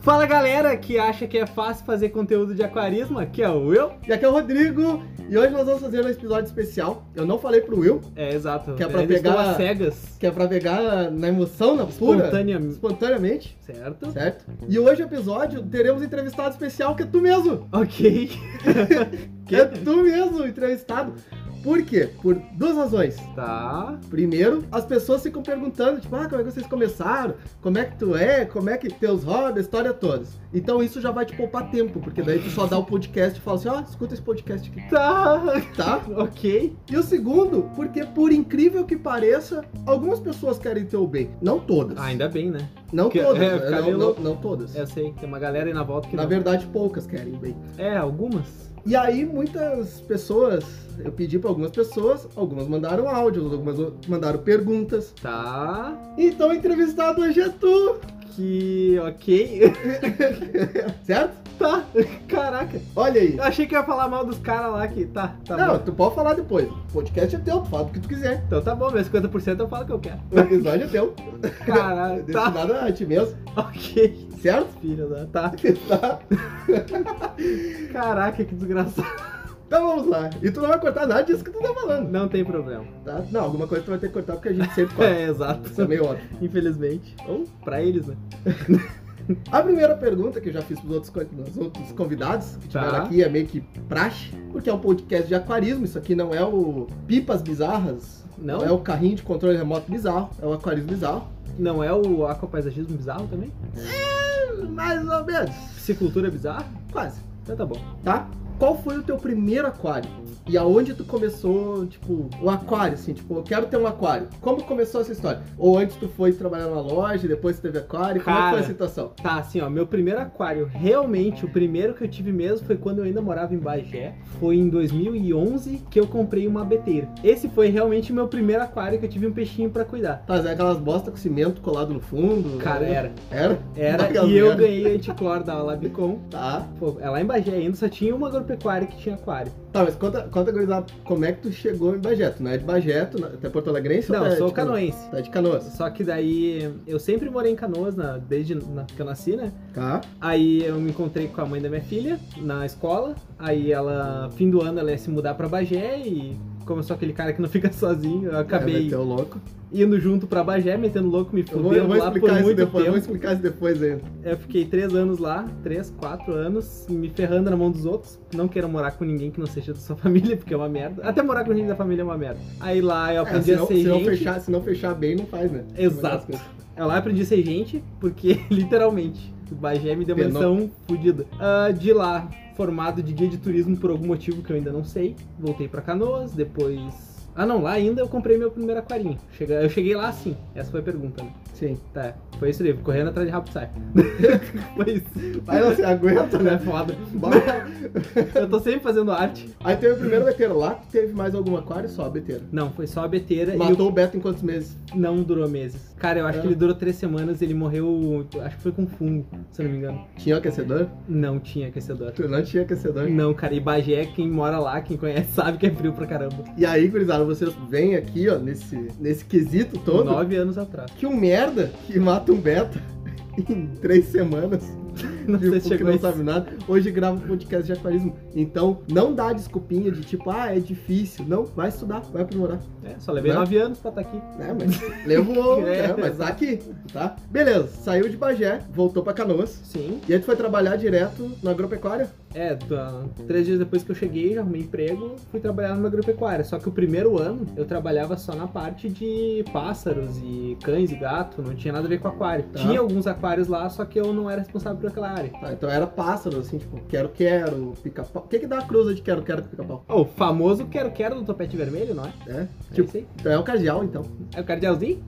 Fala galera que acha que é fácil fazer conteúdo de aquarismo, aqui é o Will. E aqui é o Rodrigo, e hoje nós vamos fazer um episódio especial. Eu não falei pro Will, É, exato. Que é pra Eles estão pegar- às cegas, que é pra pegar na emoção, na pura, espontaneamente, espontaneamente, certo? certo? E hoje o episódio teremos um entrevistado especial que é tu mesmo. Ok. Que é tu mesmo entrevistado. Por quê? Por duas razões. Tá. Primeiro, as pessoas ficam perguntando, tipo, ah, como é que vocês começaram? Como é que tu é? Como é que teus hobbies, a história toda. Então isso já vai te poupar tempo, porque daí tu só dá o podcast e fala assim, ó, escuta esse podcast aqui, Tá. tá? Ok. E o segundo, porque por incrível que pareça, algumas pessoas querem teu bem. Não todas. Ah, ainda bem, né? Não que- todas. é, né? ficaria não, não, louco. não todas. Eu sei, tem uma galera aí na volta que Na não. verdade, poucas querem bem. É, algumas. E aí, muitas pessoas, eu pedi pra algumas pessoas, algumas mandaram áudios, algumas mandaram perguntas. Tá. Então, o entrevistado hoje é tu, Que ok. certo? tá. Caraca. Olha aí. Eu achei que ia falar mal dos caras lá que tá, tá não, bom. tu pode falar depois. O podcast é teu, tu fala o que tu quiser. Então tá bom, meu 50% eu falo o que eu quero. O episódio é teu. É Caralho, tá. Destinado a ti mesmo, Ok, certo? filho da. Tá. Tá. Caraca, que desgraçado. Então vamos lá. E tu não vai cortar nada disso que tu tá falando. Não tem problema. Tá? Não, alguma coisa tu vai ter que cortar porque a gente sempre corta. É, exato. Isso é meio óbvio. Infelizmente. Ou pra eles, né? A primeira pergunta que eu já fiz pros outros, co- pros outros convidados que tiveram Tá. aqui é meio que praxe, porque é um podcast de aquarismo. Isso aqui não é o Pipas Bizarras, Não? é o carrinho de controle remoto bizarro, é o aquarismo bizarro. Não é o aquapaisagismo bizarro também? Mais ou menos, Piscicultura bizarra? quase, Então tá bom. tá? Qual foi o teu primeiro aquário? E aonde tu começou, tipo, o aquário, assim, tipo, eu quero ter um aquário. Como começou essa história? Ou antes tu foi trabalhar na loja, depois tu teve aquário, como é que foi Cara. a situação? Tá, assim, ó, meu primeiro aquário, realmente, o primeiro que eu tive mesmo foi quando eu ainda morava em Bagé. Foi em 2011 que eu comprei uma beteira. Esse foi realmente o meu primeiro aquário que eu tive um peixinho pra cuidar. Tá, é aquelas bosta com cimento colado no fundo. Cara, é. né? era. Era? Era. Aquelas E eu merda. ganhei anticlor da Labicon. Tá. Pô, é lá em Bagé ainda, só tinha uma agropecuária que tinha aquário. Tá, mas conta, conta gurizada, como é que tu chegou em Bagé? Tu não é de Bagé, tu não- tu é Porto Alegrense? ou Não, tu eu é sou de Cano- canoense. Tu é de Canoas. Só que daí eu sempre morei em Canoas na- desde na- que eu nasci, né? Tá. Aí eu me encontrei com a mãe da minha filha na escola. Aí ela, fim do ano, ela ia se mudar pra Bagé e como eu sou aquele cara que não fica sozinho, eu É, acabei teu louco. indo junto pra Bagé, metendo louco, me Eu vou, eu fudendo vou lá por explicar isso muito depois, eu vou tempo. explicar isso depois ainda. Eu fiquei três anos lá, três, quatro anos, me ferrando na mão dos outros. Não quero morar com ninguém que não seja da sua família, porque é uma merda. Até morar com gente da família é uma merda. Aí lá eu É, aprendi se, a não, ser se não gente. fechar, se não fechar bem, não faz, né? Exato. Eu É lá aprendi a ser gente, porque literalmente o Bagé me deu uma Penou. lição fodida. Ah, de lá, formado de guia de turismo por algum motivo que eu ainda não sei, voltei pra Canoas, depois. Ah não, lá ainda eu comprei meu primeiro aquarinho. Chega- Eu cheguei lá sim, essa foi a pergunta, né? Sim. Tá, foi isso aí, correndo atrás de rabo sai. foi isso. Aí você aguenta, Não é né? foda. Bora. Eu tô sempre fazendo arte. Aí teve o primeiro beteiro lá, teve mais algum aquário, só a beteira. Não, foi só a beteira É, e o Matou o Beto em quantos meses? não durou meses. Cara, eu acho É. que ele durou três semanas e ele morreu. Acho que foi com fungo, se eu não me engano. Tinha aquecedor? Não tinha aquecedor. Tu não tinha aquecedor. Não, cara, e Bagé, quem mora lá, quem conhece, sabe que é frio pra caramba. E aí, gurizada, vocês vêm aqui, ó, nesse, nesse quesito todo. Nove anos atrás. Que um merda que mata um beta em três semanas. Não tipo, sei se que chegou não isso. sabe nada. Hoje grava um podcast de aquarismo. Então, não dá desculpinha de tipo, ah, é difícil. Não, vai estudar, vai aprimorar. É, só levei Né? nove anos pra estar aqui. Né, mas levou, É, né, mas tá aqui, tá? Beleza, saiu de Bagé, voltou pra Canoas. Sim. E aí tu foi trabalhar direto na agropecuária? É, tá, três dias depois que eu cheguei, já arrumei emprego, fui trabalhar numa agropecuária. Só que o primeiro ano eu trabalhava só na parte de pássaros e cães e gato, não tinha nada a ver com aquário. Tá. Tinha alguns aquários lá, só que eu não era responsável por aquela área. Ah, então era pássaro, assim, tipo, quero, quero, pica-pau. O que que dá a cruza de quero, quero, pica-pau? Ó, o famoso quero-quero do topete vermelho, não é? É? É Tipo, isso aí. então é o cagial, então. É o cardealzinho?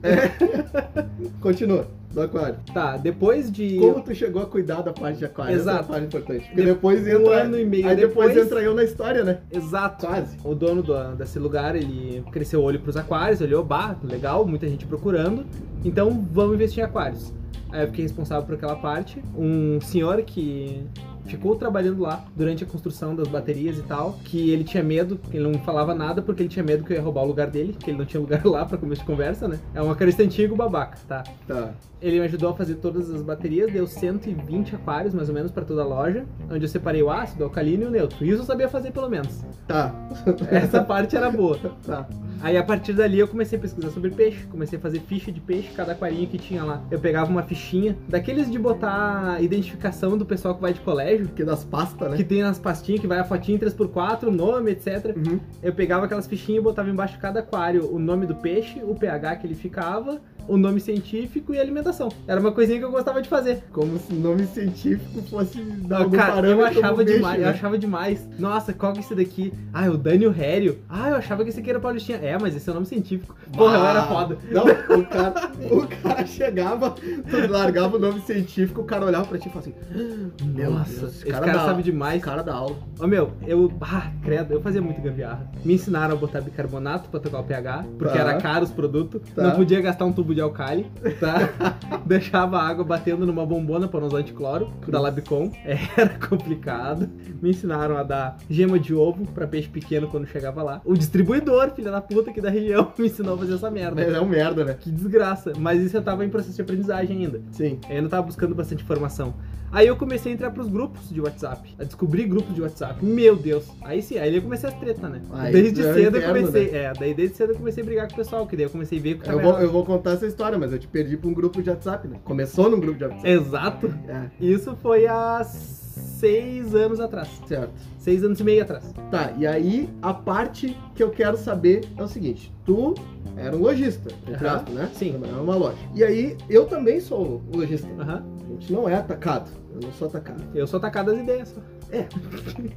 Continua, do aquário. Tá, depois de... Como tu chegou a cuidar da parte de aquário? Essa é Exato. a parte importante. Porque De- depois um entra... ano e meio é? Aí depois, depois entra eu na história, né? Exato. Quase. O dono do- desse lugar, ele cresceu o olho pros aquários, olhou, bah, legal, muita gente procurando, então vamos investir em aquários. Aí eu fiquei responsável por aquela parte. Um senhor que ficou trabalhando lá durante a construção das baterias e tal, que ele tinha medo, ele não falava nada porque ele tinha medo que eu ia roubar o lugar dele, que ele não tinha lugar lá pra começo de conversa, né? É um acarista antigo babaca, tá? Tá. Ele me ajudou a fazer todas as baterias, deu 120 aquários mais ou menos pra toda a loja, onde eu separei o ácido, o alcalino e o neutro. Isso eu sabia fazer pelo menos. Tá. Essa parte era boa. Tá. Aí a partir dali eu comecei a pesquisar sobre peixe, comecei a fazer ficha de peixe, cada aquarinho que tinha lá. Eu pegava uma fichinha, daqueles de botar identificação do pessoal que vai de colégio, Porque das pastas, né? que tem nas pastinhas que vai a fotinha em 3x4, o nome, etc. Uhum. Eu pegava aquelas fichinhas e botava embaixo de cada aquário o nome do peixe, o pH que ele ficava, o nome científico e a alimentação. Era uma coisinha que eu gostava de fazer. Ah, Como se nome científico fosse dar algum Cara, eu parâmetro achava pro peixe, demais, eu né? achava demais. Nossa, qual que é esse daqui? Ah, é o Daniel Rério. Ah, eu achava que esse aqui era Paulistinha. É, mas esse é o nome científico. Porra, eu era Bah. foda. Ah, Não, o cara, o cara chegava, tu largava o nome científico, o cara olhava pra ti e falava assim: Meu Nossa, Deus, esse cara dá- um sabe demais. Esse cara da aula. Ô meu, eu. Ah, credo, eu fazia muito gambiarra. Me ensinaram a botar bicarbonato pra tocar o pH, porque Tá. era caro os produtos. Tá. Não podia gastar um tubo de alcali, tá? Deixava a água batendo numa bombona pra não usar anticloro, da Labicon. Era complicado. Me ensinaram a dar gema de ovo pra peixe pequeno quando chegava lá. O distribuidor, filha da puta aqui da região, me ensinou a fazer essa merda. Mas é um merda, né? Que desgraça. Mas isso eu tava em processo de aprendizagem ainda. Sim. É, Eu ainda tava buscando bastante informação. Aí eu comecei a entrar pros grupos de WhatsApp, a descobrir grupos de WhatsApp. Meu Deus! Aí sim, aí eu comecei as treta, né? Aí desde é o cedo eu inferno, comecei. É, daí desde cedo eu comecei a brigar com o pessoal, que daí eu comecei a ver o que tava Eu vou, errado. eu vou contar essa história, mas eu te perdi pra um grupo de WhatsApp, né? Começou num grupo de WhatsApp. Exato. É, Isso foi há seis anos atrás. É, certo. Seis anos e meio atrás. Tá, e aí a parte que eu quero saber é o seguinte: tu era um lojista, entre Aham. aspas, né? Sim. Trabalhava numa loja. E aí eu também sou um lojista. Aham. A gente não é atacado. Eu não sou atacado. Eu sou atacado as ideias. só.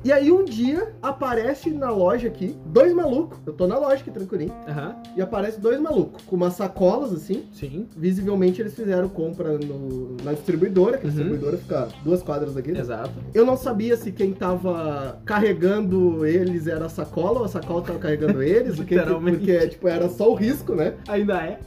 E aí um dia aparece na loja aqui dois malucos. Eu tô na loja aqui, tranquilinho. Aham. E aparece dois malucos com umas sacolas assim. Sim. Visivelmente eles fizeram compra no- na distribuidora, que a Uhum. distribuidora fica duas quadras aqui. né? Exato. Eu não sabia se quem tava carregando eles era a sacola ou a sacola tava carregando eles, o que que- Literalmente. porque tipo, era só o risco, né? Ainda é.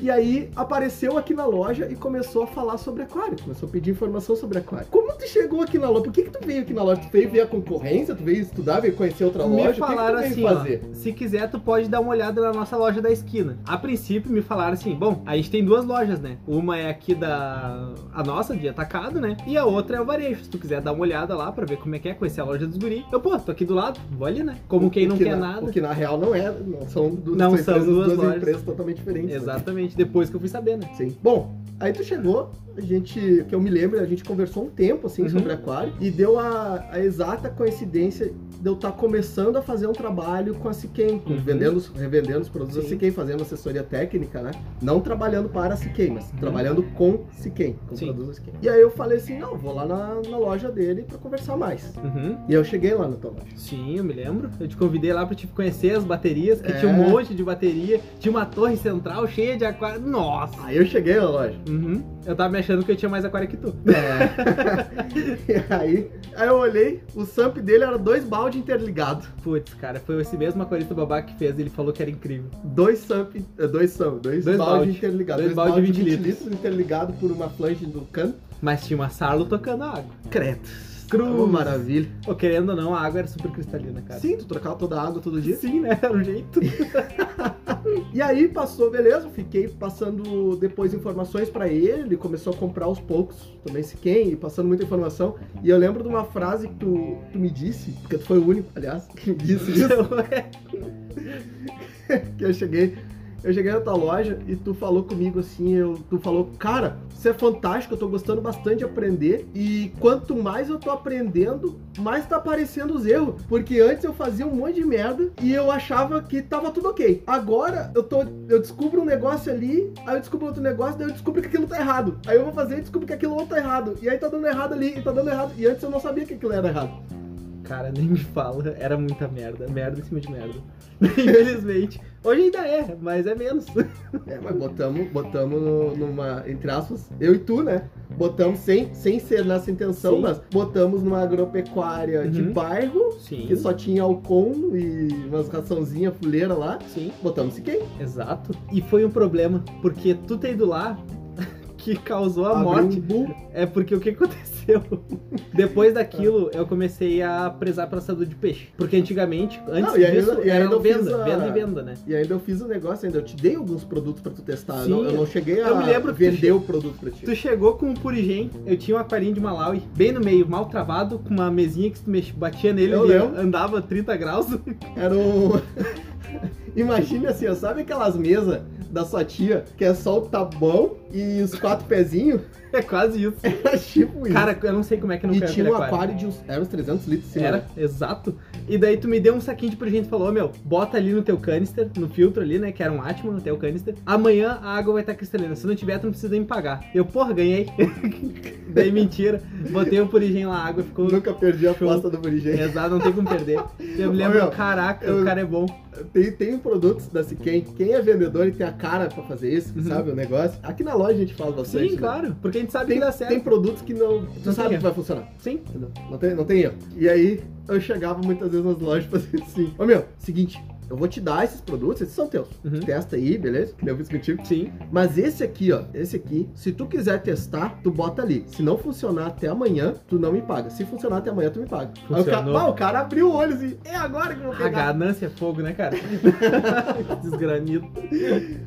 E aí apareceu aqui na loja e começou a falar sobre aquário, começou a pedir informação sobre aquário. Como tu chegou aqui na loja? Por que que tu veio aqui na loja? Tu veio ver a concorrência? Tu veio estudar, veio conhecer outra Me loja? O que que tu falaram veio assim, fazer? ó, se quiser tu pode dar uma olhada na nossa loja da esquina. A princípio me falaram assim, bom, a gente tem duas lojas, né? Uma é aqui da a nossa de atacado, né? E a outra é o varejo. Se tu quiser dar uma olhada lá pra ver como é que é, conhecer a loja dos guri. Eu, pô, tô aqui do lado, vou ali, né? Como quem O não que quer na- nada. O que na real não é, não são, du- Não são empresas, duas lojas. empresas totalmente diferentes. né? Exatamente, depois que eu fui saber, né? Sim. Bom, aí tu chegou, a gente, que eu me lembro, a gente conversou um tempo assim Uhum. sobre aquário e deu a, a exata coincidência de eu estar começando a fazer um trabalho com a Siquem, com- Uhum. vendendo, os- revendendo os produtos da Sim. Siquem, fazendo assessoria técnica, né? Não trabalhando para a Siquem, mas Uhum. trabalhando com Siquem, com Sim. produtos da Siquem. E aí eu falei assim, não, vou lá na, na loja dele para conversar mais. Uhum. E eu cheguei lá na tua loja. Sim, eu me lembro. Eu te convidei lá pra te conhecer as baterias, que É. tinha um monte de bateria, tinha uma torre central cheia de aquário. Nossa! Aí eu cheguei na loja. Uhum. Eu tava me achando que eu tinha mais aquário que tu. É. e aí, aí eu olhei, o samp dele era dois balde interligados. Putz, cara, foi esse mesmo aquarista babaca que fez, ele falou que era incrível. Dois samp, eh, dois samp, dois, Dois balde, balde. interligados. Dois balde de 20 interligado por uma flange do canto. Mas tinha uma sarlo tocando a água. Credo. Cruz. Uma maravilha. Ou querendo ou não, a água era super cristalina, cara. Sim, tu trocava toda a água todo dia. Sim, né? Era o jeito. E aí passou, beleza, fiquei passando depois informações pra ele, ele começou a comprar aos poucos, também se quem, e passando muita informação. E eu lembro de uma frase que tu, tu me disse, porque tu foi o único, aliás, que me disse isso. que eu cheguei. Eu cheguei na tua loja e tu falou comigo assim, eu, tu falou, cara, isso é fantástico, eu tô gostando bastante de aprender. E quanto mais eu tô aprendendo, mais tá aparecendo os erros. Porque antes eu fazia um monte de merda e eu achava que tava tudo ok. Agora eu tô. Eu descubro um negócio ali, aí eu descubro outro negócio, daí eu descubro que aquilo tá errado. Aí eu vou fazer e descubro que aquilo outro tá errado. E aí tá dando errado ali, e tá dando errado. E antes eu não sabia que aquilo era errado. Cara, nem me fala. Era muita merda. Merda em cima de merda. Infelizmente. Hoje ainda é, mas é menos. É, mas botamos, botamos no- numa, entre aspas, eu e tu, né? Botamos sem, sem ser nessa intenção, Sim. mas botamos numa agropecuária de Uhum. bairro, Sim. que só tinha alcon e umas raçãozinhas fuleira lá. Sim, Botamos quem? exato. E foi um problema, porque tu ter ido lá que causou a morte. Um bu- É porque o que aconteceu? aconteceu. Depois daquilo, eu comecei a prezar pra saúde de peixe. Porque antigamente, antes Não, e ainda- disso, e ainda era eu fiz venda, a- venda e venda, né? E ainda eu fiz o negócio, ainda eu te dei alguns produtos pra tu testar. Eu Sim, não, eu não cheguei a eu me lembro que tu vender che- o produto pra ti. Tu chegou com o Purigen, eu tinha um aquarinho de Malawi, bem no meio, mal travado, com uma mesinha que tu mex- batia nele Eu ele lembro. andava 30 graus. Era um. Imagina assim, ó, sabe aquelas mesas da sua tia que é só o tabão e os quatro pezinhos? É quase isso. Era tipo isso. Cara, eu não sei como é que não e caiu tinha um aquele aquário. aquário de uns. Era uns 300 litros, sim. né? Era, exato. E daí tu me deu um saquinho de purigente e falou, "Ô, meu, bota ali no teu canister, no filtro ali, né, que era um Atman até o canister. Amanhã a água vai estar cristalina, se não tiver tu não precisa me pagar. Eu, porra, ganhei. daí mentira, botei o purigem lá, a água ficou... Nunca perdi a Show. aposta do Burigem. Exato, não tem como perder. Eu me lembro, Ô, meu, caraca, eu- o cara é bom. Tem, tem produtos da Siquem. Quem é vendedor e tem a cara pra fazer isso, Uhum. sabe? O negócio. Aqui na loja a gente fala bastante. Sim, né? claro, porque a gente sabe Tem, que dá certo. tem produtos que não. Tu Não sabe tem que vai funcionar. Sim. Não, não tem, não tem erro. E aí eu chegava muitas vezes nas lojas e fazia assim. Ô meu, seguinte, eu vou te dar esses produtos, esses são teus. Uhum. Testa aí, beleza? Que nem eu fiz contigo. Sim. Mas esse aqui, ó, esse aqui, se tu quiser testar, tu bota ali. Se não funcionar até amanhã, tu não me paga. Se funcionar até amanhã, tu me paga. Aí o cara, Funcionou. "Bah, o cara abriu o olho e é agora que eu vou A pegar. ganância é fogo, né, cara? Desgranido.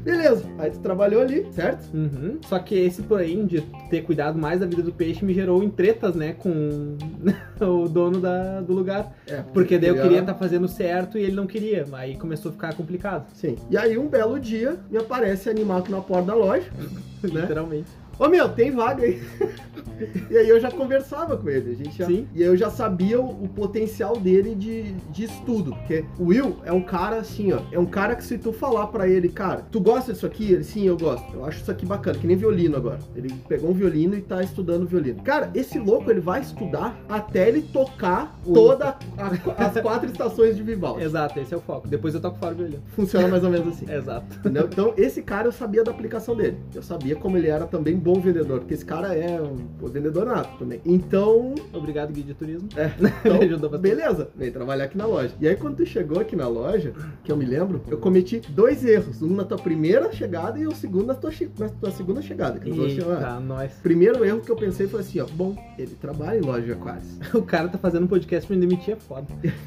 Beleza. Aí tu trabalhou ali, certo? Uhum. Só que esse porém de ter cuidado mais da vida do peixe me gerou em tretas, né, com o dono da- do lugar. É, Porque daí eu queria estar fazendo certo e ele não queria. Aí começou a ficar complicado, Sim. E aí um belo dia me aparece animato na porta da loja. né? literalmente. Ô meu, tem vaga aí. e aí eu já conversava com ele. A gente já, Sim. E aí eu já sabia o, o potencial dele de, de estudo. Porque o Will é um cara assim, ó. É um cara que se tu falar pra ele, cara, tu gosta disso aqui? Ele, sim, eu gosto. Eu acho isso aqui bacana, que nem violino agora. Ele pegou um violino e tá estudando violino. Cara, esse louco ele vai estudar até ele tocar O- toda a- as quatro estações de Vivaldi. Exato, esse é o foco. Depois eu toco fora o violino. Funciona mais ou menos assim. Exato. Entendeu? Então, esse cara eu sabia da aplicação dele. Eu sabia como ele era também bom vendedor, porque esse cara é um pô, vendedor nato também. Então, Obrigado, guia de turismo. É. Me ajudou então bastante. beleza, vem trabalhar aqui na loja. E aí, quando tu chegou aqui na loja, que eu me lembro, eu cometi dois erros. Um na tua primeira chegada e o segundo na tua, che- na tua segunda chegada, que nós vamos chamar. Eita, tá, nós. Primeiro erro que eu pensei foi assim, ó, bom, ele trabalha em loja de aquários. O cara tá fazendo um podcast pra me demitir, é foda.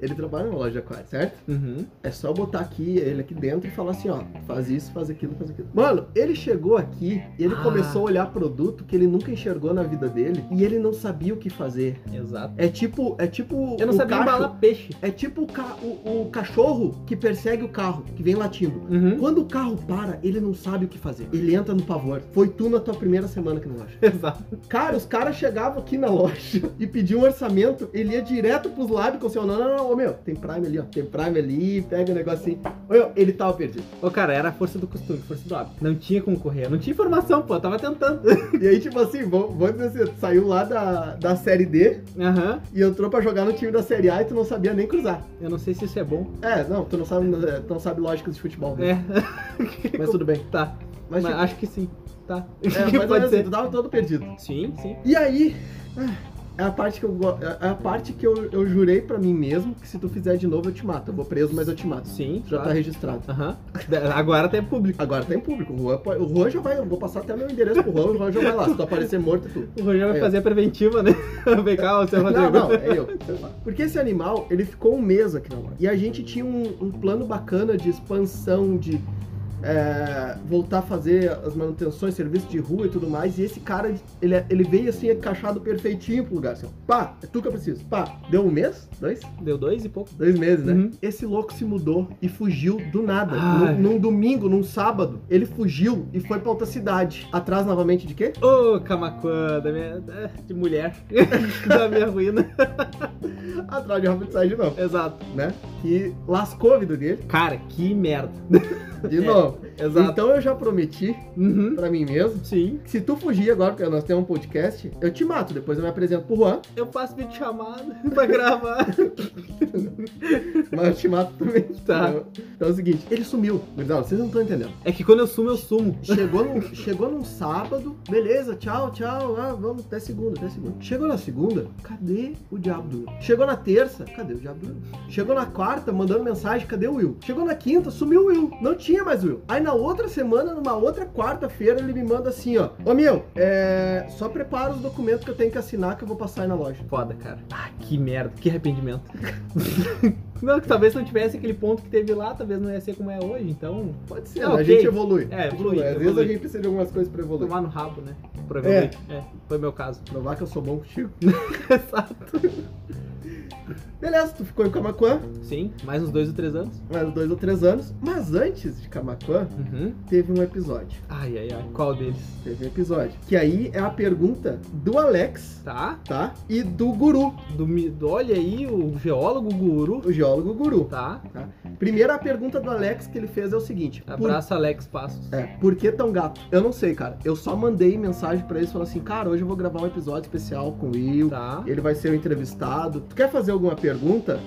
ele trabalha em loja de aquários, certo? Uhum. É só botar aqui, ele aqui dentro e falar assim, ó, faz isso, faz aquilo, faz aquilo. Mano, ele chegou aqui, ele Ah. começou a olhar produto que ele nunca enxergou na vida dele e ele não sabia o que fazer. Exato. É tipo, é tipo Eu não o sabia cacho- embalar peixe. É tipo o, ca- o- o cachorro que persegue o carro, que vem latindo. Uhum. Quando o carro para, ele não sabe o que fazer. Ele entra no pavor. Foi tu na tua primeira semana que não loja. Exato. Cara, os caras chegavam aqui na loja e pediam um orçamento, ele ia direto pros lábios com o seu, não, não, não, ô meu, tem Prime ali, ó, tem Prime ali, pega o negocinho. Ô meu, ele tava perdido. Ô, cara, era a força do costume, força do hábito. Não tinha como correr. Não tinha informação, pô. Eu tava tentando. E aí, tipo assim, vamos vamos dizer assim, saiu lá da, da Série D Aham. e entrou pra jogar no time da Série A e tu não sabia nem cruzar. Eu não sei se isso é bom. É, não, tu não sabe, é, tu não sabe lógicas de futebol, né? É. Mas tudo bem. Tá. Mas, Mas tipo, acho que sim. Tá. é, assim. mas Pode ser. tu tava todo perdido. Sim, sim. E aí, ah, é a parte que eu go- é a parte que eu, eu jurei pra mim mesmo que se tu fizer de novo eu te mato. Eu vou preso, mas eu te mato. Sim, Já tá claro. registrado. Aham. Da- Agora até é público. Agora tá em público. O Juan, pode- o Juan já vai. Eu vou passar até meu endereço pro Juan, o Juan já vai lá. Se tu aparecer morto, tu. O Rogério vai É. fazer a preventiva, né? Vem cá, ô, seu Não, Rodrigo. não, é eu. Porque esse animal, ele ficou um mês aqui na loja. E a gente tinha um, um plano bacana de expansão, de é, voltar a fazer as manutenções, serviço de rua e tudo mais. E esse cara, ele, ele veio assim, encaixado perfeitinho pro lugar. Assim, ó. pá, é tu que eu preciso. Pá, deu um mês? Dois? Deu dois e pouco. Dois meses, né? Uhum. Esse louco se mudou e fugiu do nada. Ai. Num, num domingo, num sábado, ele fugiu e foi pra outra cidade. Atrás novamente de quê? Ô, Camacuã, da minha. da- de mulher. da minha ruína. Atrás de Robert Side de novo, Exato. né? Que lascou a vida dele. Cara, que merda. De É. novo. Exato. Então eu já prometi Uhum. pra mim mesmo Sim. que se tu fugir agora, porque nós temos um podcast, eu te mato. Depois eu me apresento pro Juan, Eu faço vídeo chamada pra gravar. mas eu te mato também. Tá. Então é o seguinte, ele sumiu. Gurizada, vocês não estão entendendo. É que quando eu sumo, eu sumo. Chegou num, chegou num sábado, beleza, tchau, tchau, ah, vamos até segunda, até segunda. Chegou na segunda, cadê o diabo do Will? Chegou na terça, cadê o diabo do Will? Chegou na quarta, mandando mensagem, cadê o Will? Chegou na quinta, sumiu o Will, não tinha mais o Will. Aí na outra semana, numa outra quarta-feira, ele me manda assim, ó. Ô meu, é... só prepara os documentos que eu tenho que assinar que eu vou passar aí na loja. Foda, cara. Ah, que merda, que arrependimento. não, que talvez não tivesse aquele ponto que teve lá, talvez não ia ser como é hoje, então. Pode ser, É, né? ok. a gente evolui. É, A gente evolui, Às vezes evolui. a gente precisa de algumas coisas pra evoluir. Tomar no rabo, né? Provavelmente. É. foi meu caso. Provar que eu sou bom contigo. Exato. Beleza, tu ficou em Camacuã, Sim, mais uns dois ou três anos. mais dois ou três anos. Mas antes de Camacuã, Uhum. teve um episódio. Ai, ai, ai. Qual deles? Teve um episódio. Que aí é a pergunta do Alex, Tá? tá? E do Guru, Do, mi- do- olha aí, o geólogo guru. o geólogo Guru. Tá? Primeiro, a pergunta do Alex que ele fez é o seguinte. por- Abraço, Alex Passos. É, por que tão gato? Eu não sei, cara. Eu só mandei mensagem pra eles falando assim, cara, hoje eu vou gravar um episódio especial com o Will. Tá. Ele vai ser o entrevistado. Tu quer fazer alguma pergunta?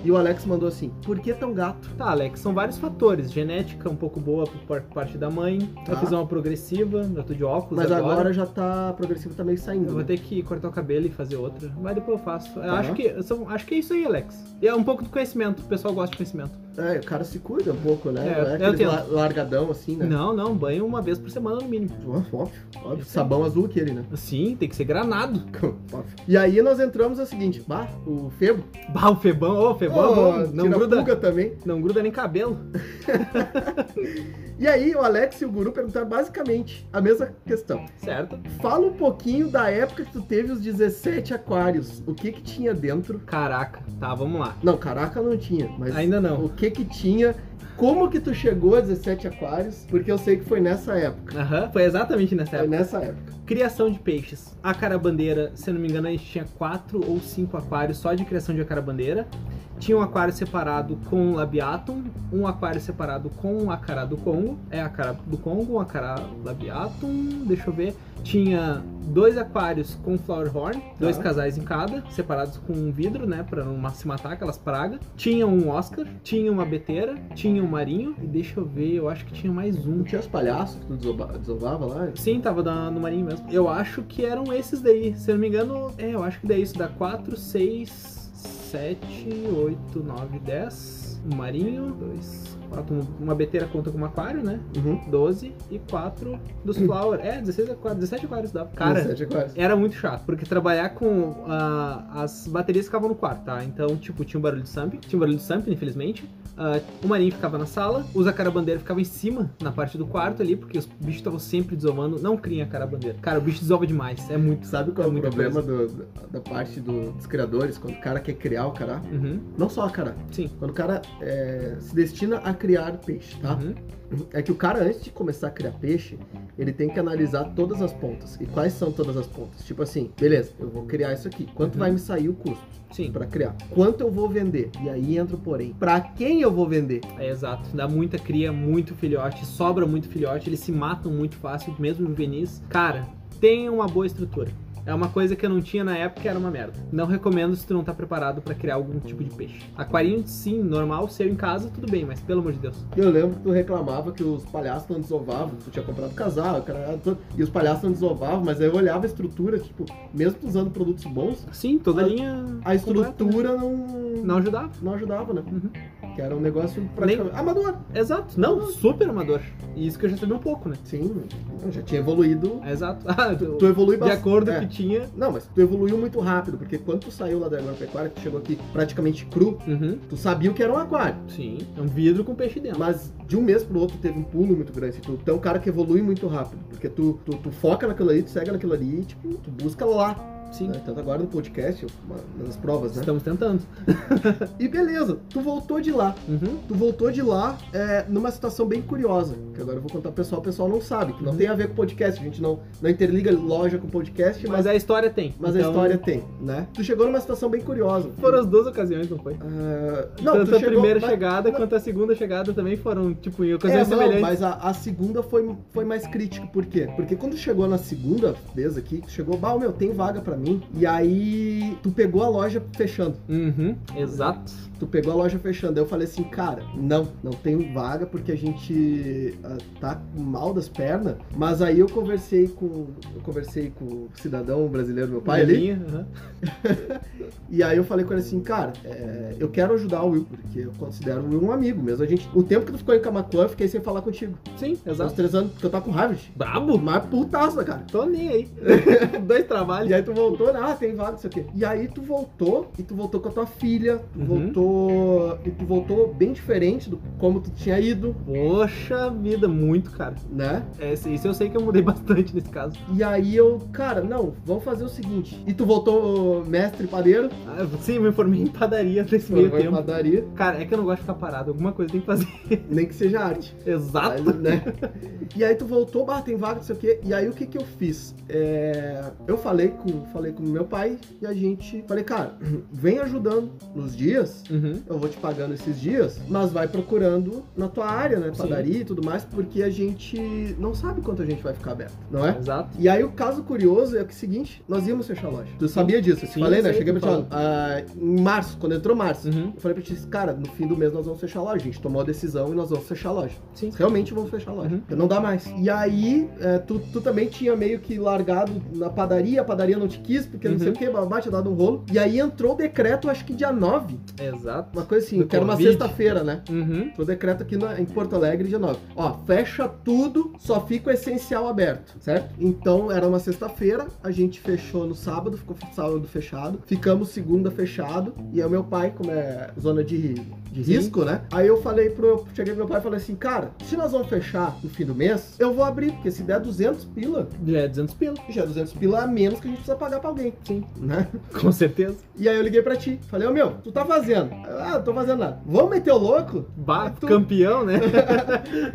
E o Alex mandou assim, por que tão gato? Tá, Alex, são vários fatores. Genética um pouco boa por par- parte da mãe. Tá. Infusão progressiva, eu tô de óculos Mas agora, já tá. Progressivo tá meio saindo. Eu vou né? ter que cortar o cabelo e fazer outra. Mas depois eu faço. Eu Tá. acho, que, são, acho que é isso aí, Alex. E é um pouco de conhecimento. O pessoal gosta de conhecimento. É, o cara se cuida um pouco, né? É, não é eu aquele tento. la- largadão assim, né? Não, não. Banho uma vez por semana no mínimo. Ó, Óbvio, óbvio. Sabão azul aquele, né? Sim, tem que ser granado. Óbvio. E aí nós entramos no seguinte, bah, o Febo. Bah, o Febão. Ô, Febão é Ó, bom. Não tira gruda, pulga também. não gruda nem cabelo. E aí o Alex e o Guru perguntaram basicamente a mesma questão. Certo? Fala um pouquinho da época que tu teve os 17 aquários. O que que tinha dentro? Caraca. Tá, vamos lá. Não, caraca, não tinha. Mas Ainda não. o que que tinha? Como que tu chegou a 17 aquários? Porque eu sei que foi nessa época. Aham, foi exatamente nessa Foi época. nessa época. Criação de peixes. A carabandeira, se eu não me engano, a gente tinha quatro ou cinco aquários só de criação de acarabandeira. Tinha um aquário separado com labiatum, um aquário separado com a cara do Congo, é a cara do Congo, a cara labiatum, um, deixa eu ver. Tinha dois aquários com flower horn, dois Tá. casais em cada, separados com um vidro, né, para não ma- se matar aquelas pragas. Tinha um Oscar, tinha uma beteira, tinha um marinho e deixa eu ver, eu acho que tinha mais um. Não tinha os palhaços que tu desova- desovava lá? Sim, tava da- no Marinho mesmo. Eu acho que eram esses daí. Se eu não me engano, é, eu acho que daí isso dá 4, 6, 7, 8, 9, 10. Um Marinho, 2, 4. Uma beteira conta com um aquário, né? Uhum. 12 e 4 dos Flower. É, 16 aquários, 17 aquários dava. Cara. 17 aquários. Era muito chato, porque trabalhar com. ah, as baterias ficavam no quarto, tá? Então, tipo, tinha um barulho de sampling, tinha um barulho de sampling, infelizmente. Ah, o marinho ficava na sala, os acarabandeira ficavam em cima, na parte do quarto ali, porque os bichos estavam sempre desovando. Não criem acarabandeira. Cara, o bicho desova demais, é muito. Sabe qual é, É o muita problema do- da parte do- dos criadores? Quando o cara quer criar o cara. Uhum, Não só o cara. sim. Quando o cara é, se destina a criar peixe, tá? Uhum. É que o cara, antes de começar a criar peixe, ele tem que analisar todas as pontas. E quais são todas as pontas? Tipo assim, beleza, eu vou criar isso aqui. Quanto Uhum. vai me sair o custo Sim, pra criar? Quanto eu vou vender? E aí entra o porém. Pra quem eu vou vender? é exato. Dá muita cria, muito filhote, sobra muito filhote, eles se matam muito fácil, mesmo juvenis. Cara, tenha uma boa estrutura. É uma coisa que eu não tinha na época e era uma merda. Não recomendo se tu não tá preparado pra criar algum tipo de peixe. Aquarinho, sim, normal, seu em casa, tudo bem, mas pelo amor de Deus. Eu lembro que tu reclamava que os palhaços não desovavam. Tu tinha comprado casal, cara, todo- e os palhaços não desovavam. Mas aí eu olhava a estrutura, tipo, mesmo tu usando produtos bons, Sim, toda A- linha. a completa, né? estrutura não, Não ajudava. não ajudava, né? Uhum. Que era um negócio praticamente... Amador! Exato. Não, super amador. E isso que eu já sabia um pouco, né? Sim, eu já tinha evoluído... Exato. Ah, Tu, do- tu evolui de bastante. acordo é. que tinha. Não, mas tu evoluiu muito rápido, porque quando tu saiu lá da agropecuária, que tu chegou aqui praticamente cru, Uhum. tu sabia o que era um aquário. Sim. É um vidro com peixe dentro. Mas de um mês pro outro teve um pulo muito grande. Tu, tu é um cara que evolui muito rápido, porque tu, tu, tu foca naquilo ali, tu segue naquilo ali e tipo, tu busca lá. Sim. Né? Tanto agora no podcast, eu- uma- nas provas, né? Estamos tentando. E beleza, tu voltou de lá. Uhum. Tu voltou de lá é, numa situação bem curiosa, que agora eu vou contar pro pessoal, o pessoal não sabe, que não Uhum. tem a ver com podcast, a gente não, não interliga loja com podcast, mas, Mas a história tem. mas a Então, história tem, né? Tu chegou numa situação bem curiosa. Foram as duas ocasiões, não foi? Ah, Tanto a primeira mas- chegada quanto a segunda chegada também foram, tipo, em É, ocasiões não, semelhantes. mas a, a segunda foi, foi mais crítica, por quê? Porque quando chegou na segunda vez aqui, que chegou, bah, meu, tem vaga pra pra mim. E aí, tu pegou a loja fechando. Uhum, exato. Tu pegou a loja fechando. Aí eu falei assim, cara, não, não tenho vaga porque a gente ah, tá mal das pernas. Mas aí eu conversei com. Eu conversei com o cidadão brasileiro, meu pai ali. Minha, aham. E aí eu falei com ele assim, cara, é, eu quero ajudar o Will, porque eu considero o Will um amigo mesmo. A gente, o tempo que tu ficou em Camacuã, eu fiquei sem falar contigo. Sim, Uns exato. três anos, porque eu tava com Harvard. Brabo? Mas putaça, cara. Tô nem aí. Dois trabalhos. E aí tu voltou, né? ah, tem vaga, não sei o quê. E aí tu voltou, e tu voltou com a tua filha, Uhum. tu voltou. E tu voltou bem diferente do como tu tinha ido, Poxa vida, muito, cara. né? É, isso eu sei que eu mudei bastante nesse caso. E aí eu, cara, não, vamos fazer o seguinte. E tu voltou mestre padeiro, Ah, eu- sim, eu me formei em padaria nesse meio foi um tempo. padaria, Cara, é que eu não gosto de ficar parado. Alguma coisa tem que fazer. nem que seja arte. Exato. Aí, né? E aí tu voltou, bah, tem vaga, não sei o quê. E aí o que que eu fiz? É, Eu falei com falei com meu pai e a gente... Falei, cara, vem ajudando nos dias... Uhum. Eu vou te pagando esses dias, mas vai procurando na tua área, né? Sim. Padaria e tudo mais, porque a gente não sabe quanto a gente vai ficar aberto, não é? Exato. E aí o caso curioso é que é o seguinte, nós íamos fechar a loja. Tu sabia disso? Eu te Sim, falei, né? sei, Cheguei pra tu te falar. ah, em março, quando entrou março, Uhum. eu falei pra ti, cara, no fim do mês nós vamos fechar a loja. A gente tomou a decisão e nós vamos fechar a loja. Sim. Realmente vamos fechar a loja. Uhum. Porque não dá mais. E aí, é, tu, tu também tinha meio que largado na padaria, a padaria não te quis, porque não sei o Uhum. que, babá, tinha dado um rolo. E aí entrou o decreto, acho que dia 9. Exato. Uma coisa assim, Do que era uma Covid. sexta-feira, né? Uhum. Entrou o decreto aqui na- em Porto Alegre, dia 9. Ó, fecha tudo, só fica o essencial aberto, certo? Então, era uma sexta-feira, a gente fechou no sábado, ficou sábado fechado. Ficamos segunda fechado. E aí, meu pai, como é zona de, de Sim. risco, né? Aí eu falei pro meu... Cheguei pro meu pai e falei assim, cara, se nós vamos fechar no fim do mês, eu vou abrir, porque se der 200 pila... Já é 200 pila. Já é 200 pila a menos que a gente precisa pagar pra alguém, Sim. né? Com certeza. E aí eu liguei pra ti. Falei, ô meu, tu tá fazendo? Ah, não tô fazendo nada. Vamos meter o louco? Bah, Aí tu- campeão, né?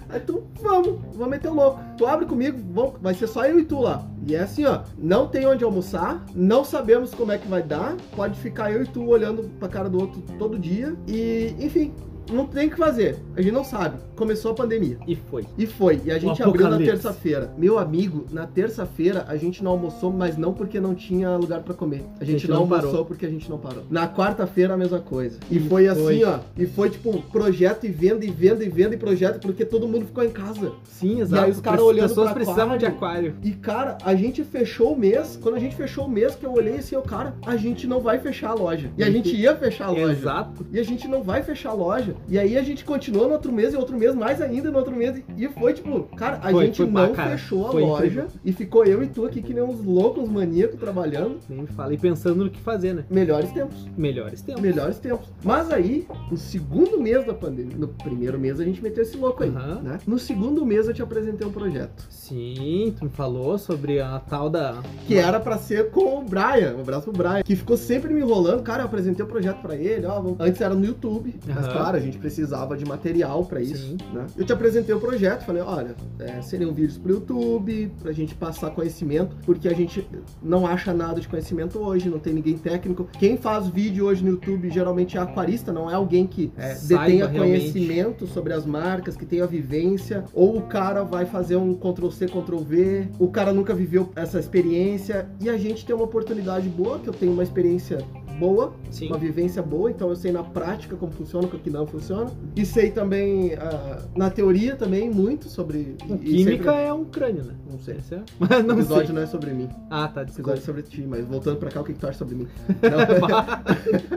Aí tu, vamos, vamos meter o louco. Tu abre comigo, vamos, vai ser só eu e tu lá. E é assim, ó, não tem onde almoçar, não sabemos como é que vai dar, pode ficar eu e tu olhando pra cara do outro todo dia. E, enfim, não tem o que fazer, a gente não sabe. Começou a pandemia. E foi. E foi, e a gente abriu na apocalipse. terça-feira. Meu amigo, na terça-feira a gente não almoçou, mas não porque não tinha lugar pra comer. A gente, não, parou. almoçou porque a gente não parou. Na quarta-feira a mesma coisa. E foi assim, foi. ó. E foi tipo projeto e venda e venda e venda e projeto porque todo mundo ficou em casa. Sim, E exato. aí os caras Prec- olhando pessoas pra precisavam de aquário. E cara, a gente fechou o mês. Quando a gente fechou o mês, que eu olhei assim, eu, cara, a gente não vai fechar a loja. E a gente ia fechar a loja. Exato. E a gente não vai fechar a loja. E aí a gente continuou no outro mês, e outro mês, mais ainda no outro mês. E foi tipo, cara, a Foi, gente foi não pá, cara. fechou a Foi loja. incrível. E ficou eu e tu aqui que nem uns loucos, uns maníacos trabalhando. Nem me fala. E pensando no que fazer, né? Melhores tempos. Melhores tempos. Melhores tempos. Mas aí, no segundo mês da pandemia, no primeiro mês a gente meteu esse louco aí, Aham. né? No segundo mês eu te apresentei um projeto. Sim, tu me falou sobre a tal da. Que era pra ser com o Brian, um abraço pro Brian, que ficou sempre me enrolando. Cara, eu apresentei o projeto pra ele, ó, vamos- antes era no YouTube, mas Aham. claro, a gente precisava de material pra isso, Sim. né? Eu te apresentei o projeto, falei, olha, é, seriam vídeos pro YouTube, pra gente passar conhecimento, porque a gente não acha nada de conhecimento hoje, não tem ninguém técnico. Quem faz vídeo hoje no YouTube geralmente é aquarista, não é alguém que é, Saiba detenha realmente. conhecimento sobre as marcas, que tenha vivência, ou o cara vai fazer um Ctrl C, Ctrl V, o cara nunca viveu essa experiência, e a gente tem uma oportunidade boa, que eu tenho uma experiência boa, Sim. uma vivência boa, então eu sei na prática como funciona, o que não funciona, e sei também ah, na teoria também muito sobre... O e- e química sempre- é um crânio, né? Não sei. Esse é- Mas O não episódio sei. não é sobre mim. Ah, tá, O episódio desculpa. é sobre ti, mas voltando pra cá, o que, que tu acha sobre mim? Não,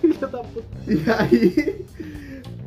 Filha da puta. E aí,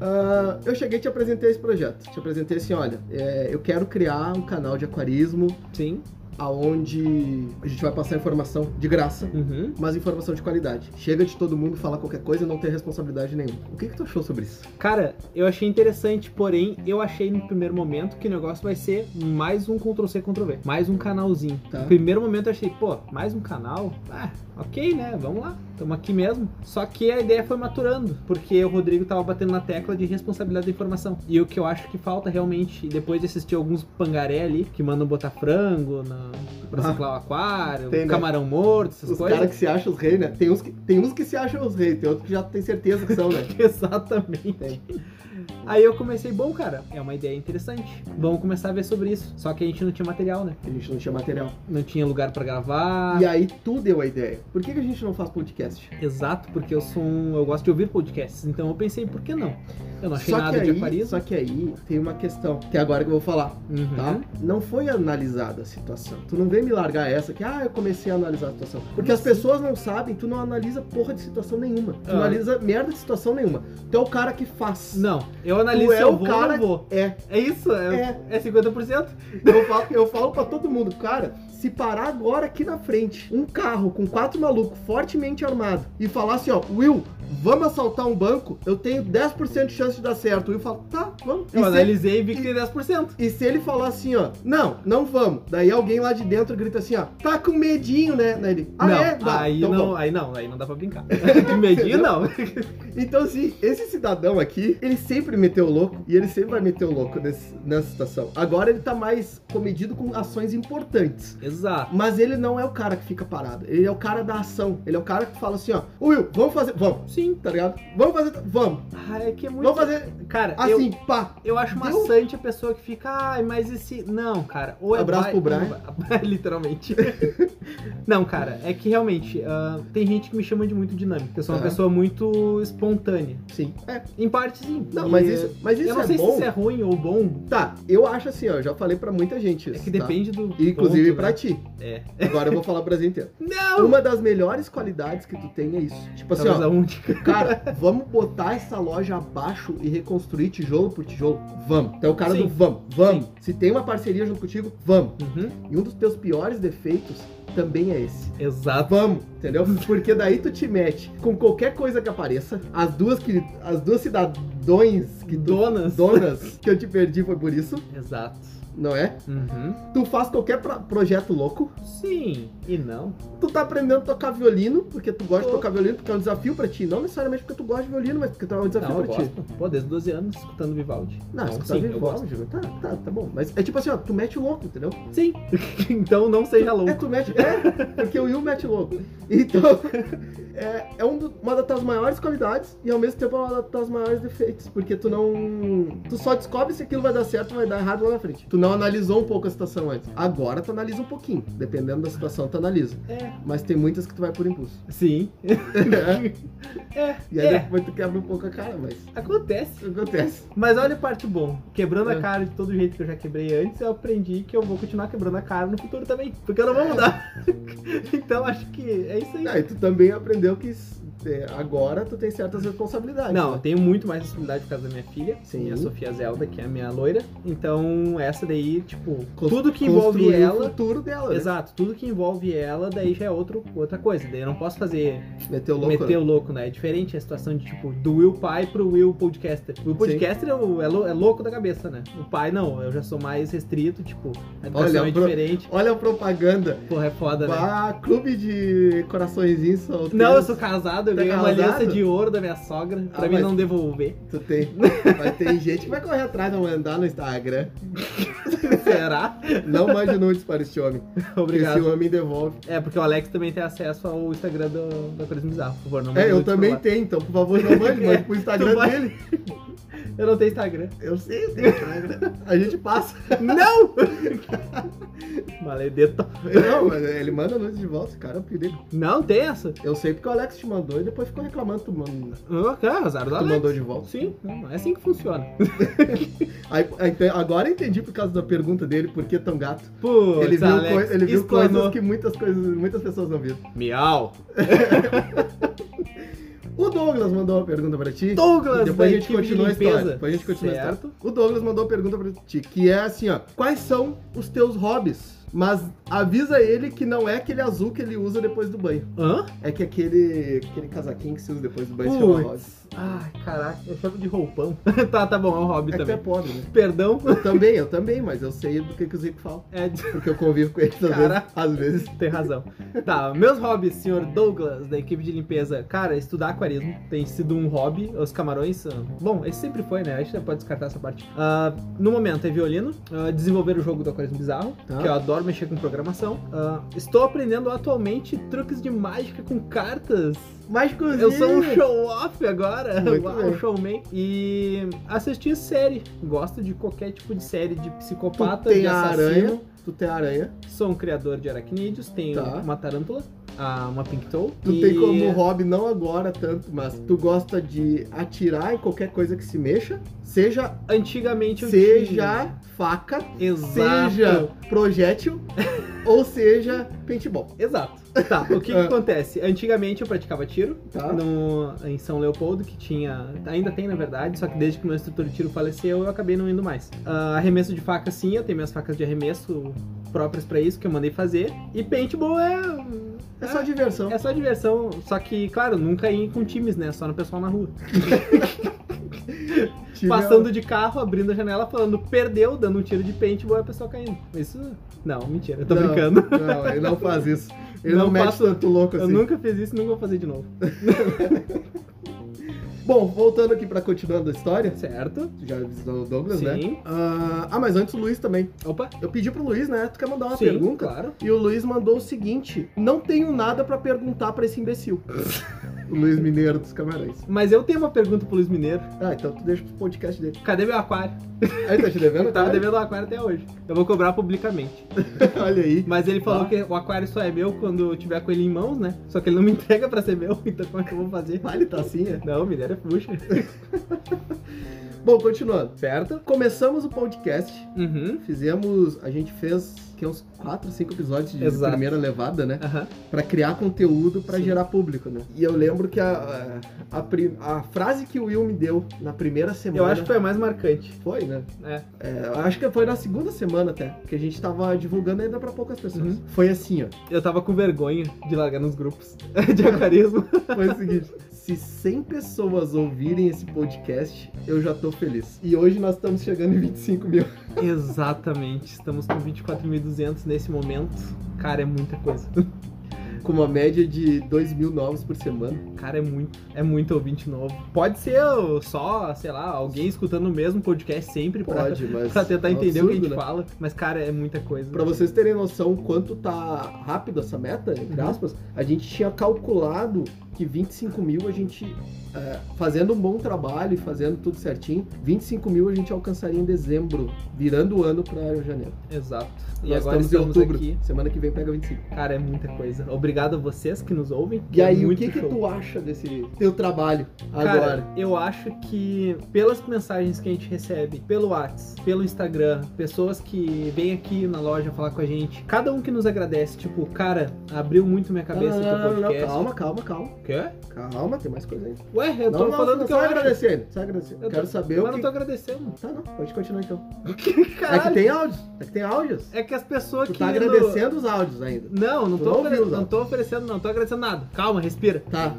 ah, eu cheguei e te apresentei esse projeto. Te apresentei assim, olha, é, eu quero criar um canal de aquarismo Sim. aonde a gente vai passar informação de graça, Uhum. mas informação de qualidade. Chega de todo mundo falar qualquer coisa e não ter responsabilidade nenhuma. O que, que tu achou sobre isso? Cara, eu achei interessante, porém, eu achei no primeiro momento que o negócio vai ser mais um Ctrl-C, Ctrl-V, mais um canalzinho. Tá. No primeiro momento eu achei, pô, mais um canal? Ah, ok, né? Vamos lá, tamo aqui mesmo. Só que a ideia foi maturando, porque o Rodrigo tava batendo na tecla de responsabilidade da informação. E o que eu acho que falta realmente, depois de assistir alguns pangaré ali, que mandam botar frango na, pra Ah. ciclar o aquário, Tem, né? camarão morto, essas Os coisas. caras que se acham os reis, né? Tem uns, que, tem uns que se acham os reis, tem outros que já tem certeza que são, né? Exatamente. Tem. Aí eu comecei, bom, cara, é uma ideia interessante. Vamos começar a ver sobre isso. Só que a gente não tinha material, né? A gente não tinha material. Não tinha lugar pra gravar. E aí tu deu a ideia. Por que, que a gente não faz podcast? Exato, porque eu sou um, eu gosto de ouvir podcasts. Então eu pensei, por que não? Eu não achei Só que, nada de aí, aquarismo. só que aí tem uma questão, que é agora que eu vou falar, Uhum. tá? Não foi analisada a situação. Tu não vem me largar essa que, ah, eu comecei a analisar a situação. Porque as pessoas não sabem, tu não analisa porra de situação nenhuma. Tu não Ah. analisa merda de situação nenhuma. Tu é o cara que faz. Não, eu analiso Tu se é eu o vou ou cara- não vou. É, É isso? É, é. é 50%? Eu falo, eu falo pra todo mundo, cara, se parar agora aqui na frente um carro com quatro malucos fortemente armado e falar assim, ó, Will, vamos assaltar um banco, eu tenho 10% de chance de dar certo. O Will fala, tá, vamos. E Eu se- analisei e vi que tem 10%. E se ele falar assim, ó, não, não vamos. Daí alguém lá de dentro grita assim, ó, tá com medinho, né? Daí ele, ah, não, é? Dá, aí, então não vamos." aí não, aí não dá pra brincar. De medir, não. Então, assim, esse cidadão aqui, ele sempre meteu o louco e ele sempre vai meter o louco nesse- nessa situação. Agora ele tá mais comedido com ações importantes. Exato. Mas ele não é o cara que fica parado. Ele é o cara da ação. Ele é o cara que fala assim, ó, Will, vamos fazer, vamos, Sim. tá ligado? Vamos fazer, vamos, Ah, é que é muito. vamos fazer Cara, eu, assim, pá. Eu acho Deu? maçante a pessoa que fica, ai, mas esse. Não, cara. Ou é Abraço vai- pro Brian. ou vai- Literalmente. Não, cara, é que realmente ah, tem gente que me chama de muito dinâmica. Eu sou uma Aham. pessoa muito espontânea. Sim. É, Em parte, sim. não, E, mas eh, isso, mas isso eu não é sei bom. se isso é ruim ou bom. Tá, eu acho assim, ó, eu já falei pra muita gente É isso. que tá? depende do. Inclusive ponto, pra né? ti. tipo É. Agora eu vou falar pro Brasil inteiro. Não! Uma das melhores qualidades que tu tem é isso. Tipo assim, Talvez a ó, única. cara, vamos botar essa loja abaixo e reconstruir tijolo por tijolo? Vamos. Então o cara Sim. do vamos, vamos. Se tem uma parceria junto contigo, vamos. Uhum, E um dos teus piores defeitos também é esse. Exato. Vamos, entendeu? Porque daí tu te mete com qualquer coisa que apareça. As duas que as duas cidadões que tu, Donas. donas que eu te perdi foi por isso, Exato. não é? Uhum. Tu faz qualquer pra- projeto louco, Sim e não. tu tá aprendendo a tocar violino, porque tu gosta de Tô. tocar violino, porque é um desafio pra ti. Não necessariamente porque tu gosta de violino, mas porque tu é um desafio não, eu pra ti. gosto. Pô, desde 12 anos escutando Vivaldi. Não, Então, escutar sim, eu Vivaldi, tá, tá, tá bom. Mas é tipo assim, ó, tu mete o louco, entendeu? gosto. Sim. então não seja É, louco. tu mete. É, porque o Will mete louco. Então, é, é um do- uma das tuas maiores qualidades e ao mesmo tempo é uma das tuas maiores defeitos. Porque tu não. Tu só descobre se aquilo vai dar certo ou vai dar errado lá na frente. Tu não analisou um pouco a situação antes. Agora tu analisa um pouquinho. Dependendo da situação, tu analisa. É. Mas tem muitas que tu vai por impulso. Sim. É, E aí é, depois tu quebra um pouco a cara, mas acontece. isso acontece. Mas olha a parte bom. Quebrando É. a cara de todo jeito que eu já quebrei antes, eu aprendi que eu vou continuar quebrando a cara no futuro também. Porque eu não vou mudar. então acho que é isso aí. Ah, e tu também aprendeu que s- é, agora tu tem certas responsabilidades. Não, eu né? tenho muito mais responsabilidade por causa da minha filha, Sim. minha Sofia Zelda, que é a minha loira. Então, essa daí, tipo, Cons- tudo que envolve Construir o ela. futuro dela. né? Exato, tudo que envolve ela, daí já é outro, outra coisa. Daí eu não posso fazer Meter o louco. meter o louco, né? É diferente a situação de, tipo, do Will pai pro Will podcaster. O Will podcaster é, o- é lou- é louco da cabeça, né? O pai, não, eu já sou mais restrito, tipo, a educação Olha, é pro- diferente. Olha a propaganda. Porra, é foda, né? Bah, clube de coraçõezinhos solteiros. Não, eu sou casado, eu Tá ganhei uma casado? aliança de ouro da minha sogra, pra Ah, mim mas- não devolver. Tu tem. Mas tem gente que vai correr atrás, não andar no Instagram. Será? Não mande nudes para este homem. Porque esse Obrigado. homem devolve. É, porque o Alex também tem acesso ao Instagram do, do Crismo Bizarro, por favor, não manda É, eu muito pra também lá. tenho, então por favor não mande, mande pro Tu Instagram vai- dele. Eu não tenho Instagram. Eu sei, eu tenho Instagram. A gente passa. não! Maledeto. Não, mas ele manda nudes de volta, cara, é um perigo. Não tem essa? Eu sei porque o Alex te mandou e depois ficou reclamando que tu, manda- Ah, cara, azar do tu Alex. mandou de volta. Sim, não, é assim que funciona. Aí, aí, então, agora eu entendi por causa da pergunta dele, por que tão gato. Putz, ele viu, Alex, coi- ele viu coisas explanou. que muitas, coisas, muitas pessoas não viram. Miau. O Douglas mandou uma pergunta pra ti. Douglas, Depois a da gente equipe de continua a história. limpeza. Depois a gente continua a certo. O Douglas mandou uma pergunta pra ti, que é assim, ó. Quais são os teus hobbies? Mas avisa ele que não é aquele azul que ele usa depois do banho. Hã? É que aquele, aquele casaquinho que se usa depois do banho se chama É hobby. Putz. Ai, caraca, eu chamo de roupão. tá, tá bom, é um hobby É que tu é também. pobre, né? Perdão. Eu também, eu também, mas eu sei do que, que o Zico fala. É, de- Porque eu convivo com ele também, Cara. às vezes. tem razão. Tá, meus hobbies, senhor Douglas, da equipe de limpeza. Cara, estudar aquarismo tem sido um hobby. Os camarões, ah, bom, esse sempre foi, né? A gente já pode descartar essa parte. Ah, no momento é violino, ah, desenvolver o jogo do aquarismo bizarro, Tá. que eu adoro adoro mexer com programação. Ah, estou aprendendo atualmente truques de mágica com cartas. Mas inclusive, Eu sou um show-off agora, Muito Uau, bem. showman. E assisti série. Gosto de qualquer tipo de série de tu psicopata, tem de a assassino. aranha, tu tem a aranha, Sou um criador de aracnídeos, tenho Tá. uma tarântula, ah, uma pink toe. tu e- tem como hobby não agora tanto, mas tu gosta de atirar em qualquer coisa que se mexa, seja Antigamente eu seja faca, tinha... Exato. seja projétil ou seja paintball, Exato. Tá, o que, que Ah. acontece? Antigamente eu praticava tiro tá? no, em São Leopoldo, que tinha. Ainda tem, na verdade, só que desde que meu instrutor de tiro faleceu, eu acabei não indo mais. Ah, arremesso de faca, sim, eu tenho minhas facas de arremesso próprias pra isso, que eu mandei fazer. E paintball é. É só diversão. É só diversão, só que, claro, nunca ir com times, né? Só no pessoal na rua. É, Tive Passando de carro, abrindo a janela, falando perdeu, dando um tiro de paintball e a pessoa caindo. Isso. Não, mentira, eu tô Não. brincando. a- Não, ele não faz isso. Ele não, Não mete faço- tanto louco Eu assim. nunca fiz isso e nunca vou fazer de novo. Bom, voltando aqui pra continuando a história, Certo? já avisou o Douglas, né? Sim. Ah, ah, mas antes o Luiz também. Opa. Eu pedi pro Luiz, né? Tu quer mandar uma Sim, pergunta? claro. E o Luiz mandou o seguinte: Não tenho nada pra perguntar pra esse imbecil. o Luiz Mineiro dos Camarões. Mas eu tenho uma pergunta pro Luiz Mineiro. Ah, então tu deixa pro podcast dele. Cadê meu aquário? Aí tá te devendo? Eu tava cara? devendo o aquário até hoje. Eu vou cobrar publicamente. Olha aí. Mas ele falou Ah. que o aquário só é meu quando eu tiver com ele em mãos, né? Só que ele não me entrega pra ser meu, então como é que eu vou fazer? Ah, ele tá assim, é? Não, Mineiro é puxa. Bom, continuando. Certo? Começamos o podcast. Uhum. Fizemos. A gente fez que é uns 4, 5 episódios de Exato. primeira levada, né? Aham. Pra criar conteúdo pra Sim. gerar público, né? E eu lembro que a, a, a pri- a frase que o Will me deu na primeira semana. Eu acho que foi a mais marcante. Foi, né? É. É, eu acho que foi na segunda semana até, que a gente tava divulgando ainda pra poucas pessoas. Uhum. Foi assim, ó. Eu tava com vergonha de largar nos grupos de aquarismo. Foi o seguinte. Se 100 pessoas ouvirem esse podcast, eu já tô feliz. E hoje nós estamos chegando em 25 mil. Exatamente. Estamos com 24.200 nesse momento. Cara, é muita coisa. Com uma média de 2 mil novos por semana. Cara, é muito, é muito ouvinte novo. Pode ser eu só, sei lá, alguém escutando o mesmo podcast sempre pra, Pode, mas. pra tentar é um entender o que a gente absurdo, né? fala. Mas, cara, é muita coisa. Pra vocês terem noção o quanto tá rápido essa meta, entre Uhum. aspas, a gente tinha calculado que 25 mil a gente, é, fazendo um bom trabalho e fazendo tudo certinho, 25 mil a gente alcançaria em dezembro, virando o ano pra janeiro. Exato. E Nós agora estamos em estamos outubro, aqui. semana que vem pega 25. Cara, é muita coisa. Obrigado a vocês que nos ouvem. E é aí, o muito que que show. tu acha desse teu trabalho Cara, agora? eu acho que pelas mensagens que a gente recebe, pelo Whats, pelo Instagram, pessoas que vêm aqui na loja falar com a gente, cada um que nos agradece, tipo, cara, abriu muito minha cabeça não, não, o não, não, podcast. calma, calma, calma. O quê? Calma, tem mais coisa aí. Ué, eu não, tô não, falando não, que só eu acho. agradecendo, só agradecendo. Eu tô- Quero saber Mas o não que... tô agradecendo. Tá, não, pode continuar então. É que Caralho. tem áudios, é que tem áudios. É que as pessoas Tu que. tá no- agradecendo os áudios ainda. Não, não Tu tô, não ofere- ouviu, não não. tô oferecendo, não tô agradecendo nada. Calma, respira. Tá.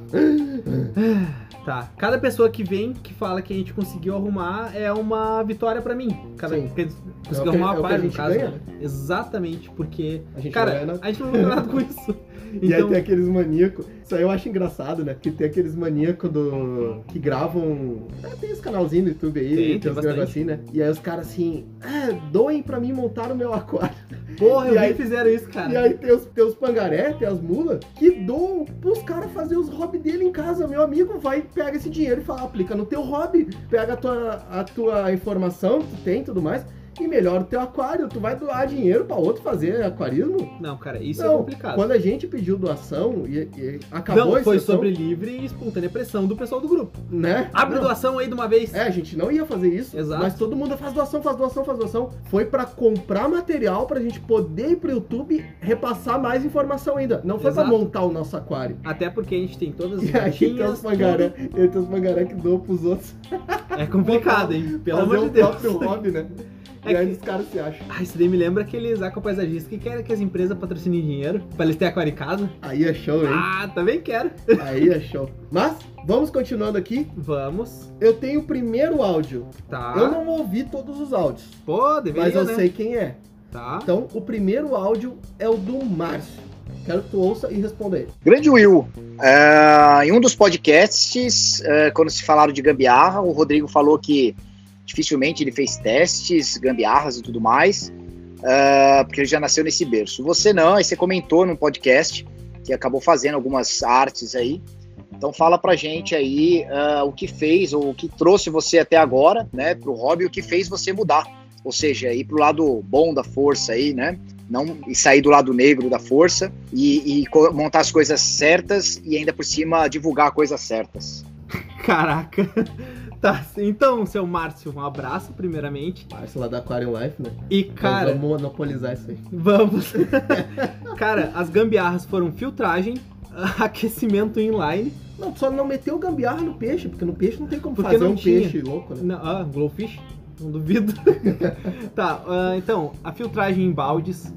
Tá. Cada pessoa que vem, que fala que a gente conseguiu arrumar, é uma vitória pra mim. Cada Sim. quer dizer, É o conseguiu que- arrumar é uma o que a página, no gente caso. ganha, né? Exatamente, porque. A gente cara, não ganha nada. a gente não ganha nada com isso. E aí Então, tem aqueles maníacos. Isso aí eu acho engraçado, né? Que tem aqueles maníacos do. que gravam. Ah, tem esse canalzinho no YouTube aí, Tem, tem, tem uns bastante. negócios assim, né? E aí os caras assim, ah, doem pra mim montar o meu aquário. porra, eu e nem aí- fizeram isso, cara. E aí tem os, tem os pangaré, tem as mulas, que doam pros caras fazer os hobbies dele em casa. Meu amigo vai, pega esse dinheiro e fala, aplica no teu hobby, pega a tua, a tua informação que tu tem e tudo mais. E melhora o teu aquário, tu vai doar dinheiro pra outro fazer aquarismo? Não, cara, isso é Não, complicado. Quando a gente pediu doação e, e acabou Não, a foi sessão, sobre livre e espontânea pressão do pessoal do grupo. né? Abre Não. doação aí de uma vez. É, a gente não ia fazer isso, Exato. mas todo mundo faz doação, faz doação, faz doação. Foi pra comprar material pra gente poder ir pro YouTube repassar mais informação ainda. Não foi Exato. pra montar o nosso aquário. Até porque a gente tem todas as E aí é tem notinhas. os pangaré, e aí tem os pangaré que doam pros outros. É complicado, hein? Pelo fazer um amor de o Deus. próprio hobby, né? É e aí que- os caras se acham. Ah, isso daí me lembra aqueles aquapaisagista que querem que as empresas patrocinem dinheiro pra eles terem aquário em casa. Aí é show, hein? Ah, também quero. aí é show. Mas, vamos continuando aqui. Vamos. Eu tenho o primeiro áudio. Tá. Eu não ouvi todos os áudios. Pô, deveria, Mas eu né? sei quem é. Tá. Então, o primeiro áudio é o do Márcio. Quero que tu ouça e responda ele. Grande Will, eh, em um dos podcasts, eh, quando se falaram de gambiarra, o Rodrigo falou que dificilmente ele fez testes, gambiarras e tudo mais, ah, porque ele já nasceu nesse berço. Você não, aí você comentou num podcast que acabou fazendo algumas artes aí. Então fala pra gente aí ah, o que fez, ou o que trouxe você até agora, né, pro hobby, o que fez você mudar. Ou seja, ir pro lado bom da força aí, né? Não, e sair do lado negro da força e, e co- montar as coisas certas e ainda por cima divulgar coisas certas. Caraca. Tá, então, seu Márcio, um abraço, primeiramente. Parça lá da Aquarium Life, né? E, Nós cara, Vamos monopolizar isso aí. vamos. cara, as gambiarras foram filtragem, aquecimento inline. Não, só não meteu gambiarra no peixe, porque no peixe não tem como Porque fazer não um tinha. peixe louco, né? Não, ah, Glowfish? Não duvido. tá, ah, então, a filtragem em baldes.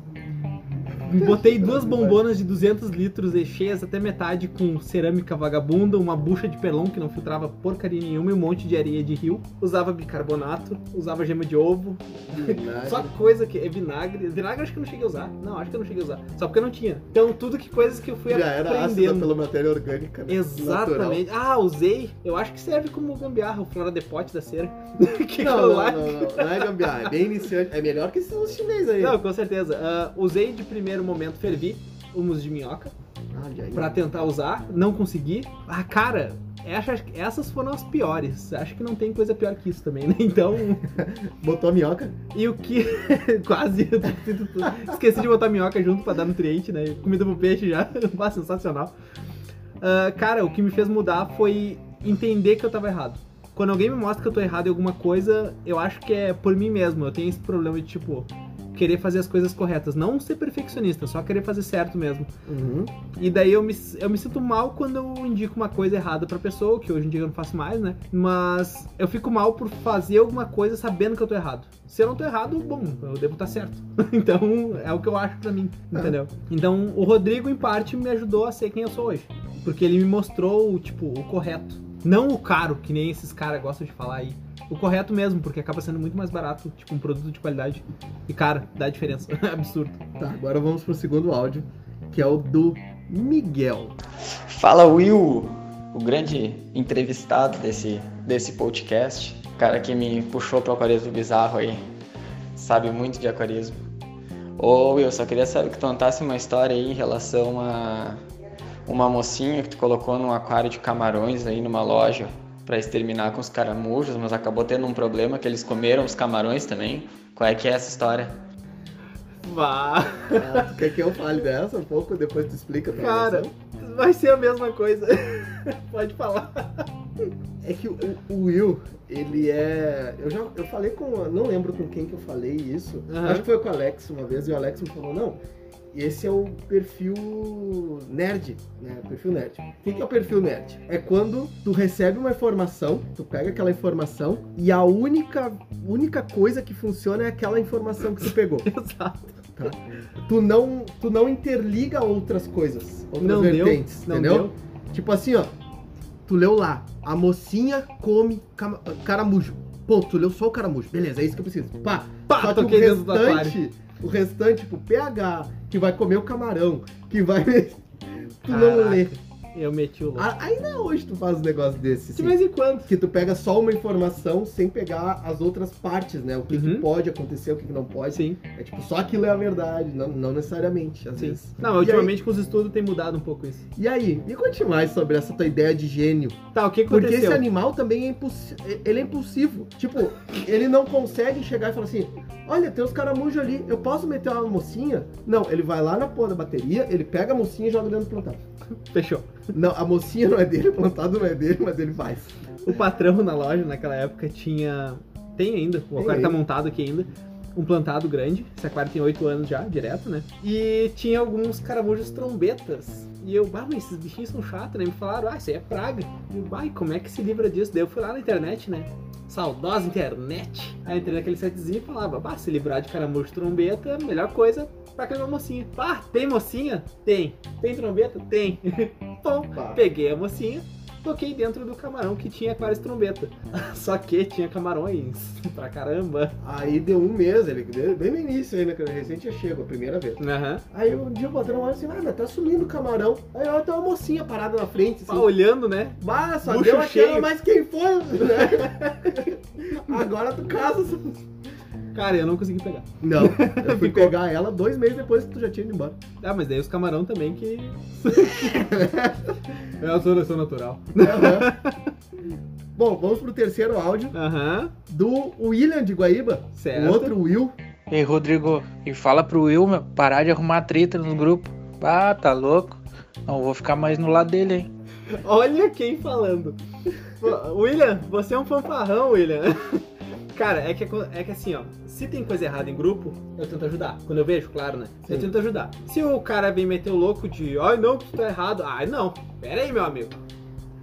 Botei duas bombonas de 200 litros e cheias até metade com cerâmica vagabunda, uma bucha de pelão que não filtrava porcaria nenhuma e um monte de areia de rio. Usava bicarbonato, usava gema de ovo, Vinagre. só coisa que é vinagre. Vinagre eu acho que eu não cheguei a usar. Não, acho que eu não cheguei a usar. Só porque eu não tinha. Então, tudo que coisas que eu fui já era ácida aprendendo. pela matéria orgânica. né? Natural. Exatamente. Ah, usei. Eu acho que serve como gambiarra, o flora de pote da cera. que Não, eu não, lá- não, não, não é gambiarra, é bem iniciante. É melhor que esses uns chineses aí. Não, com certeza. Ah, usei de primeiro momento, fervi humus de minhoca Olha aí. pra tentar usar, não consegui. Ah, cara, essas, essas foram as piores. Acho que não tem coisa pior que isso também, né? Então, Botou a minhoca. e o que. Quase. eu Esqueci de botar minhoca junto pra dar nutriente, né? Comida pro peixe já. Ah, sensacional. Ah, cara, o que me fez mudar foi entender que eu tava errado. Quando alguém me mostra que eu tô errado em alguma coisa, eu acho que é por mim mesmo. Eu tenho esse problema de, tipo, querer fazer as coisas corretas. Não ser perfeccionista, só querer fazer certo mesmo. Uhum. E daí eu me, eu me sinto mal quando eu indico uma coisa errada pra pessoa, que hoje em dia eu não faço mais, né? Mas eu fico mal por fazer alguma coisa sabendo que eu tô errado. Se eu não tô errado, bom, eu devo estar certo. Então é o que eu acho pra mim, entendeu? Então o Rodrigo, em parte, me ajudou a ser quem eu sou hoje. Porque ele me mostrou, tipo, o correto. Não o caro, que nem esses caras gostam de falar aí. O correto mesmo, porque acaba sendo muito mais barato, tipo, um produto de qualidade. E, cara, dá diferença. Absurdo. Tá, agora vamos pro segundo áudio, que é o do Miguel. Fala Will, o grande entrevistado desse, desse podcast, o cara que me puxou para o aquarismo bizarro aí, sabe muito de aquarismo. Ô Will, só queria saber que tu contasse uma história aí em relação a uma mocinha que tu colocou num aquário de camarões aí numa loja para exterminar com os caramujos, mas acabou tendo um problema que eles comeram os camarões também. Qual é que é essa história? Vá. Ah, tu quer que eu fale dessa um pouco? Depois tu explica pra Cara, nós, né? vai ser a mesma coisa. Pode falar. É que o, o Will, ele é. Eu já eu falei com. Não lembro com quem que eu falei isso. Aham. Acho que foi com o Alex uma vez, e o Alex me falou, não. Esse é o perfil nerd, né? Perfil nerd. O que que é o perfil nerd? É quando tu recebe uma informação, tu pega aquela informação e a única, única coisa que funciona é aquela informação que tu pegou. Exato. tu não, tu não interliga outras coisas, outras Não deu, vertentes, não entendeu? deu. Tipo assim, ó, tu leu lá, a mocinha come cam- caramujo. Pô, tu leu só o caramujo, beleza, é isso que eu preciso. Pá, Pá, só que o toquei dentro do aquário. restante, o restante, tipo, PH, que vai comer o camarão, que vai... tu não Caraca. lê. Eu meti o louco. A- Ainda hoje tu faz um negócio De desse, assim. vez em quando. Que tu pega só uma informação sem pegar as outras partes, né? O que, que Uhum. pode acontecer, o que, que não pode. Sim, É tipo, só aquilo é a verdade, não, não necessariamente, às sim. vezes. Não, E ultimamente com os estudos tem mudado um pouco isso. E aí, me conte mais sobre essa tua ideia de gênio. Tá, o que Porque aconteceu? esse animal também é impulsivo. Ele é impulsivo. Tipo, ele não consegue chegar e falar assim: olha, tem uns caramujos ali, eu posso meter uma mocinha? Não, ele vai lá na porra da bateria, ele pega a mocinha e joga dentro do plantado. Fechou. Não, a mocinha não é dele, o plantado não é dele, mas ele faz. O patrão na loja naquela época tinha. Tem ainda, o aquário tá ainda. montado aqui ainda. Um plantado grande. é Esse aquário tem 8 anos já, direto, né? E tinha alguns caramujos trombetas. E eu, bah, mas esses bichinhos são chatos, né? Me falaram, ah, isso aí é praga. E eu, bah, e como é que se livra disso? Daí eu fui lá na internet, né? Saudosa internet. Aí entrei naquele sitezinho e falava, bah, se livrar de caramujo trombeta, é a melhor coisa pra aquela mocinha. Ah, tem mocinha? Tem. Tem trombeta? Tem. Bom, Pá. Peguei a mocinha, toquei dentro do camarão que tinha aquários trombeta. Só que tinha camarões pra caramba. Aí deu um mês, ele deu bem no início ainda, que eu recente eu chego, a primeira vez. Aham. Aí um dia o patrão olha assim, ah, mas tá sumindo o camarão. Aí olha, tem uma mocinha parada na frente, Pá, assim. Olhando, né? Bah, só Bucho deu aquela, cheio. mas quem foi? né? Agora tu casa. Cara, eu não consegui pegar. Não, eu fui Ficou. pegar ela dois meses depois que tu já tinha ido embora. Ah, mas daí os camarão também que. é a seleção natural. Aham. Bom, vamos pro terceiro áudio Aham, do William de Guaíba. certo. O outro Will. Ei, Rodrigo, e fala pro Will, meu, parar de arrumar treta nos grupos. Ah, tá louco? Não vou ficar mais no lado dele, hein? Olha quem falando. Pô, William, você é um fanfarrão, William. Cara, é que, é que assim, ó, se tem coisa errada em grupo, eu tento ajudar. Quando eu vejo, claro, né? Eu Sim. tento ajudar. Se o cara vem meter o louco de, ai não, que tu tá errado, ai não, pera aí, meu amigo.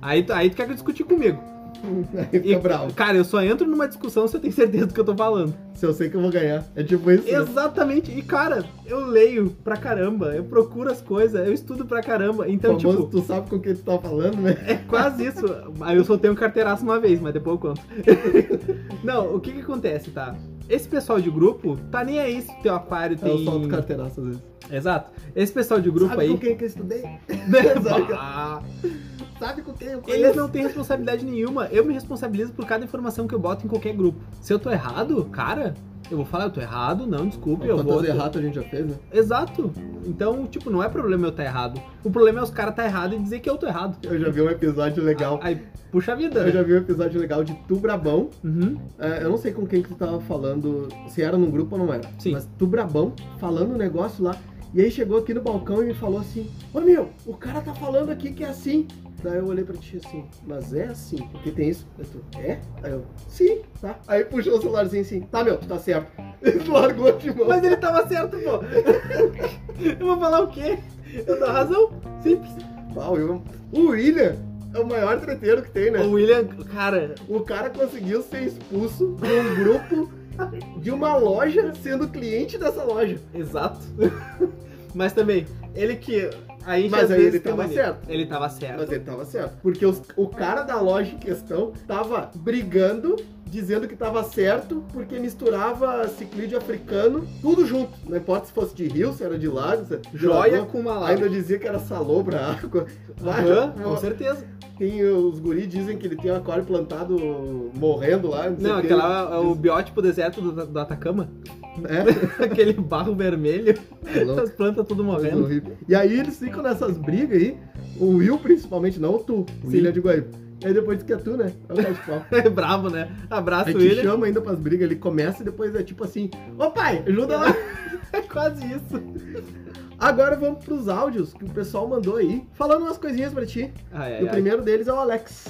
Aí, tu- aí tu quer discutir comigo. Aí fica bravo. Cara, eu só entro numa discussão se eu tenho certeza do que eu tô falando. Se eu sei que eu vou ganhar. É tipo isso. né? Exatamente. E, cara, eu leio pra caramba, eu procuro as coisas, eu estudo pra caramba. Então, Famoso, tipo, tu sabe com quem tu tá falando, né? é quase isso. Aí eu soltei um carteiraço uma vez, mas depois eu conto. Não, o que que acontece, tá? Esse pessoal de grupo tá nem aí se teu aquário Eu tem. solto carteiraço às vezes. Exato. Esse pessoal de grupo sabe aí. com quem que é? eu estudei? Ah, Sabe com quem eu conheço? Eles não têm responsabilidade nenhuma. Eu me responsabilizo por cada informação que eu boto em qualquer grupo. Se eu tô errado, cara, eu vou falar, eu tô errado, não, desculpe, eu vou. Quantas erratas a gente já fez, né? Exato. Então, tipo, não é problema eu tá errado. O problema é os caras tá errado e dizer que eu tô errado. Eu já vi um episódio legal. Aí, puxa vida, Eu né? já vi um episódio legal de Tu Brabão. Uhum. É, eu não sei com quem que tu tava falando, se era num grupo ou não era. Sim. Mas Tu Brabão falando um negócio lá. E aí chegou aqui no balcão e me falou assim: Ô meu, o cara tá falando aqui que é assim. Daí eu olhei pra ti assim, mas é assim, porque tem isso. Aí tu, é? Aí eu, sim, tá. Aí puxou o celularzinho assim, tá meu, tu tá certo. Ele largou de mão. Mas ele tava certo, pô. eu vou falar o quê? Eu dou razão. Simples. Ah, o William- O William é o maior treteiro que tem, né? O William, cara, O cara conseguiu ser expulso de um grupo de uma loja sendo cliente dessa loja. exato. Mas também, ele que. A gente Mas às aí vezes ele tem tava mania. certo. Ele tava certo. Mas é ele tava certo. Porque os- o cara da loja em questão tava brigando, dizendo que tava certo, porque misturava ciclídeo africano, tudo junto. Não importa se fosse de rio, se era de lago, se era de Joia lagoa. com uma lágrima. Ainda dizia que era salobra a água. Vai, Aham, eu- com certeza. tem, os guri dizem que ele tem o aquário plantado morrendo lá. Não, sei Não, o quê. aquela é o biótipo deserto do, do Atacama. É, Aquele barro vermelho, é louco. Tá as plantas tudo Coisa morrendo. é horrível. E aí eles ficam nessas brigas aí, o Will principalmente, não o tu, o Sim. William de Guaíba. E aí depois diz que é tu, né? É o cara de pau. É bravo, né? Abraço Aí ele. te chama ainda pras brigas, ele começa e depois é tipo assim, ô pai, ajuda lá. É quase isso. Agora vamos pros áudios que o pessoal mandou aí, falando umas coisinhas pra ti. Ai, E o primeiro deles é o Alex,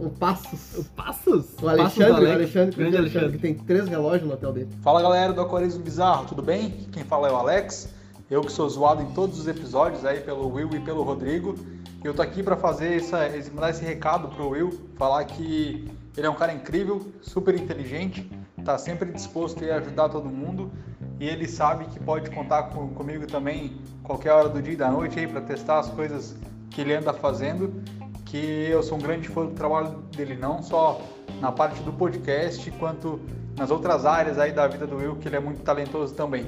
o Passos. Passos? O Alexandre, Passos do o Grande Alexandre, o Alexandre, Alexandre. que tem três relógios no hotel dele. Fala galera do Aquarismo Bizarro, tudo bem? Quem fala é o Alex, eu que sou zoado em todos os episódios aí pelo Will e pelo Rodrigo. Eu tô aqui pra fazer essa, esse- mandar esse recado pro Will, falar que ele é um cara incrível, super inteligente, tá sempre disposto a ajudar todo mundo e ele sabe que pode contar com- comigo também qualquer hora do dia e da noite aí para testar as coisas que ele anda fazendo. Que eu sou um grande fã do trabalho dele, não só na parte do podcast, quanto nas outras áreas aí da vida do Will, que ele é muito talentoso também.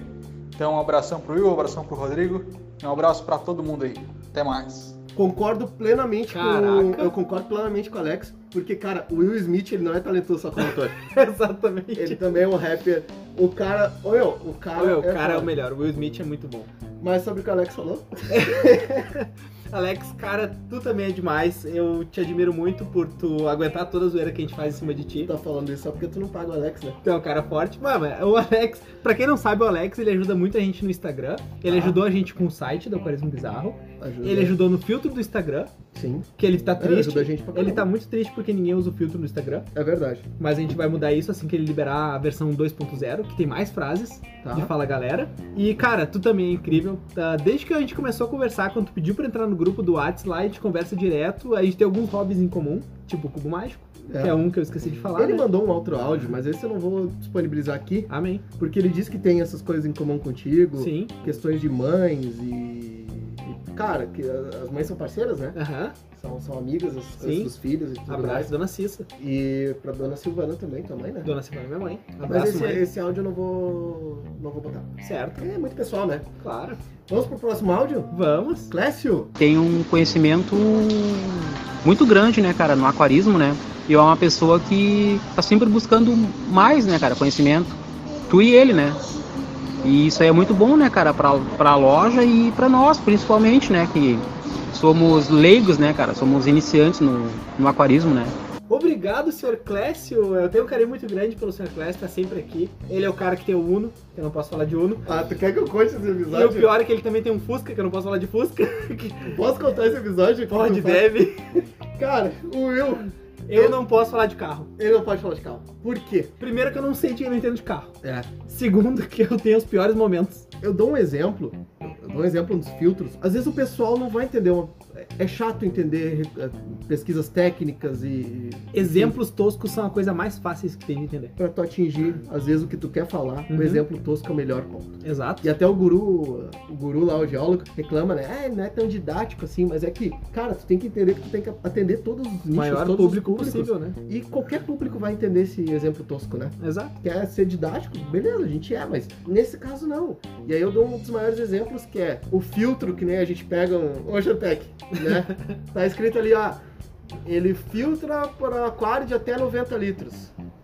Então, um abração pro Will, um abração pro Rodrigo, e um abraço para todo mundo aí. Até mais. Concordo plenamente Caraca. com. Eu concordo plenamente com o Alex, porque, cara, o Will Smith ele não é talentoso só como ator. Exatamente. Ele também é um rapper. O cara. Olha, o cara. Meu, o cara é o foda. melhor. O Will Smith é muito bom. Mas sobre o que o Alex falou? Alex, cara, tu também é demais. Eu te admiro muito por tu aguentar toda a zoeira que a gente faz em cima de ti. Tu tá falando isso só porque tu não paga o Alex, né? Tu é um cara forte. Mano, o Alex, pra quem não sabe, o Alex, ele ajuda muito a gente no Instagram. Ele Tá. ajudou a gente com o site do Aquarismo Bizarro. Ajuda. Ele ajudou no filtro do Instagram, Sim. que ele tá É, triste. ajuda a gente pra ele caramba. tá muito triste porque ninguém usa o filtro no Instagram, É verdade. mas a gente vai mudar isso assim que ele liberar a versão 2.0, que tem mais frases. Tá. de Fala Galera. E, cara, tu também é incrível. Tá? Desde que a gente começou a conversar, quando tu pediu pra entrar no grupo do Whats lá, a gente conversa direto. A gente tem alguns hobbies em comum, tipo o Cubo Mágico, que é É. um que eu esqueci de falar. Ele né? mandou um outro áudio, mas esse eu não vou disponibilizar aqui, Amém. porque ele diz que tem essas coisas em comum contigo, Sim. questões de mães e. e, Cara, que a- as mães são parceiras, né? Aham. São, são amigas as, Sim. as dos filhos e tudo Abraço, dona Cissa. mais. E pra dona Silvana também, tua mãe, né? Dona Silvana, é minha mãe. Mas Abraço, esse, mãe. esse áudio eu não vou. não vou botar. Certo, É muito pessoal, né? claro. Vamos pro próximo áudio? Vamos. Clécio? tem um conhecimento muito grande, né, cara, no aquarismo, né? E é uma pessoa que tá sempre buscando mais, né, cara, conhecimento. tu e ele, né? E isso aí é muito bom, né, cara, pra, pra loja e pra nós, principalmente, né, que somos leigos, né, cara, somos iniciantes no, no aquarismo, né? Obrigado, senhor Clécio. Eu tenho um carinho muito grande pelo senhor Clécio, tá sempre aqui. Ele é o cara que tem o Uno, que eu não posso falar de Uno. Ah, tu quer que eu conte esse E o episódio? pior é que ele também tem um Fusca, que eu não posso falar de Fusca. Posso contar esse episódio? aqui? Pode, né? deve. Cara, o Will, Eu não posso falar de carro. ele não pode falar de carro. Por quê? Primeiro que eu não sei de eu não entendo de carro. É. Segundo que eu tenho os piores momentos. Eu dou um exemplo, eu dou um exemplo nos filtros. Às vezes o pessoal não vai entender, uma- é chato entender eh, pesquisas técnicas e Exemplos toscos são a coisa mais fácil que tem de entender. para tu atingir às vezes o que tu quer falar. Uhum. O exemplo tosco é o melhor ponto. Exato. E até o guru, o guru lá, o geólogo, reclama, né? Ah, não é tão didático assim, mas é que, cara, tu tem que entender que tu tem que atender todos os nichos, Maior todos público os públicos. possível, né? E qualquer público vai entender esse exemplo tosco, né? Exato. Quer ser didático? Beleza, a gente é, mas nesse caso não. E aí eu dou um dos maiores exemplos que é o filtro que nem a gente pega um Oceantec, né? tá escrito ali, ó, ele filtra para aquário de até 90 litros.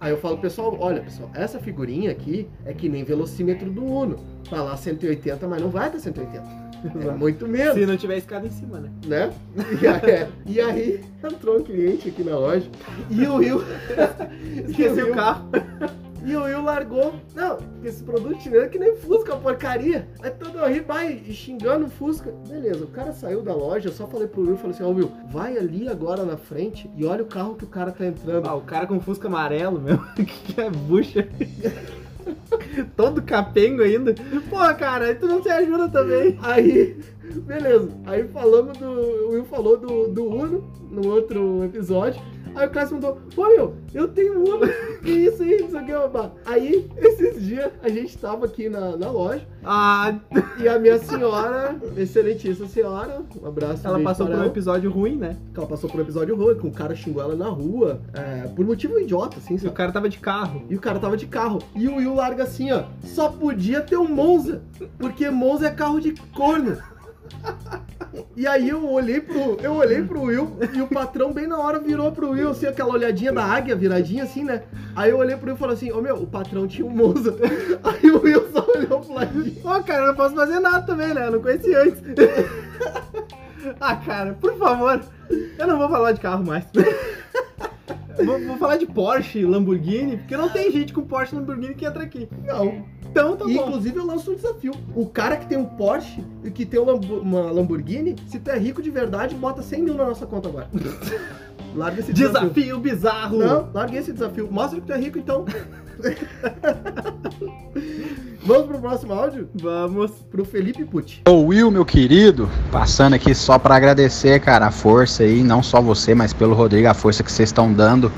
Aí eu falo, pessoal, olha, pessoal, essa figurinha aqui é que nem velocímetro do Uno. Tá lá 180, mas não vai até 180. É muito menos Se não tiver escada em cima, né? né? E aí, e aí, entrou um cliente aqui na loja e o Will Esqueceu o carro. E o Will largou. Não, esse produto chinês é que nem Fusca, porcaria. Aí todo eu ri, vai e xingando o Fusca. Beleza, o cara saiu da loja, eu só falei pro Will, falei assim, ó Will, vai ali agora na frente e olha o carro que o cara tá entrando. Ah, o cara com Fusca amarelo, meu. Que é bucha. Todo capengo ainda. Porra, cara, tu não se ajuda também. Aí, beleza. Aí falamos do. O Will falou do, do Uno no outro episódio. Aí o Cássio mandou, pô meu, eu tenho Uno, que isso aí, não sei o que, babá. Aí, esses dias, a gente tava aqui na, na loja Ah, e a minha senhora, excelentíssima senhora, um abraço. ela beijo passou por para um ela. episódio ruim, né? Ela passou por um episódio ruim, que um cara xingou ela na rua, é, por motivo idiota, assim, E o sabe? cara tava de carro. E o cara tava de carro. E o Will larga assim, ó. Só podia ter um Monza. Porque Monza é carro de corno. E aí eu olhei pro. Eu olhei pro Will e o patrão bem na hora virou pro Will, assim, aquela olhadinha da águia, viradinha assim, né? Aí eu olhei pro Will e falei assim, ô meu, o patrão tinha um Monza. Aí o Will só olhou pro ladinho. Pô, cara, eu não posso fazer nada também, né? Eu não conheci antes. ah, cara, por favor. Eu não vou falar de carro mais. vou, vou falar de Porsche, Lamborghini, porque não tem gente com Porsche e Lamborghini que entra aqui. Não. Então tá E, bom. inclusive eu lanço um desafio. O cara que tem um Porsche e que tem um Lambo- uma Lamborghini, se tu é rico de verdade, bota 100 mil na nossa conta agora. Larga esse desafio. Desafio bizarro. Não, larguei esse desafio. Mostra que tu é rico, então. Vamos pro próximo áudio? Vamos. Pro Felipe Pucci. Ô Will, meu querido, passando aqui só pra agradecer, cara, a força aí, não só você, mas pelo Rodrigo, a força que vocês estão dando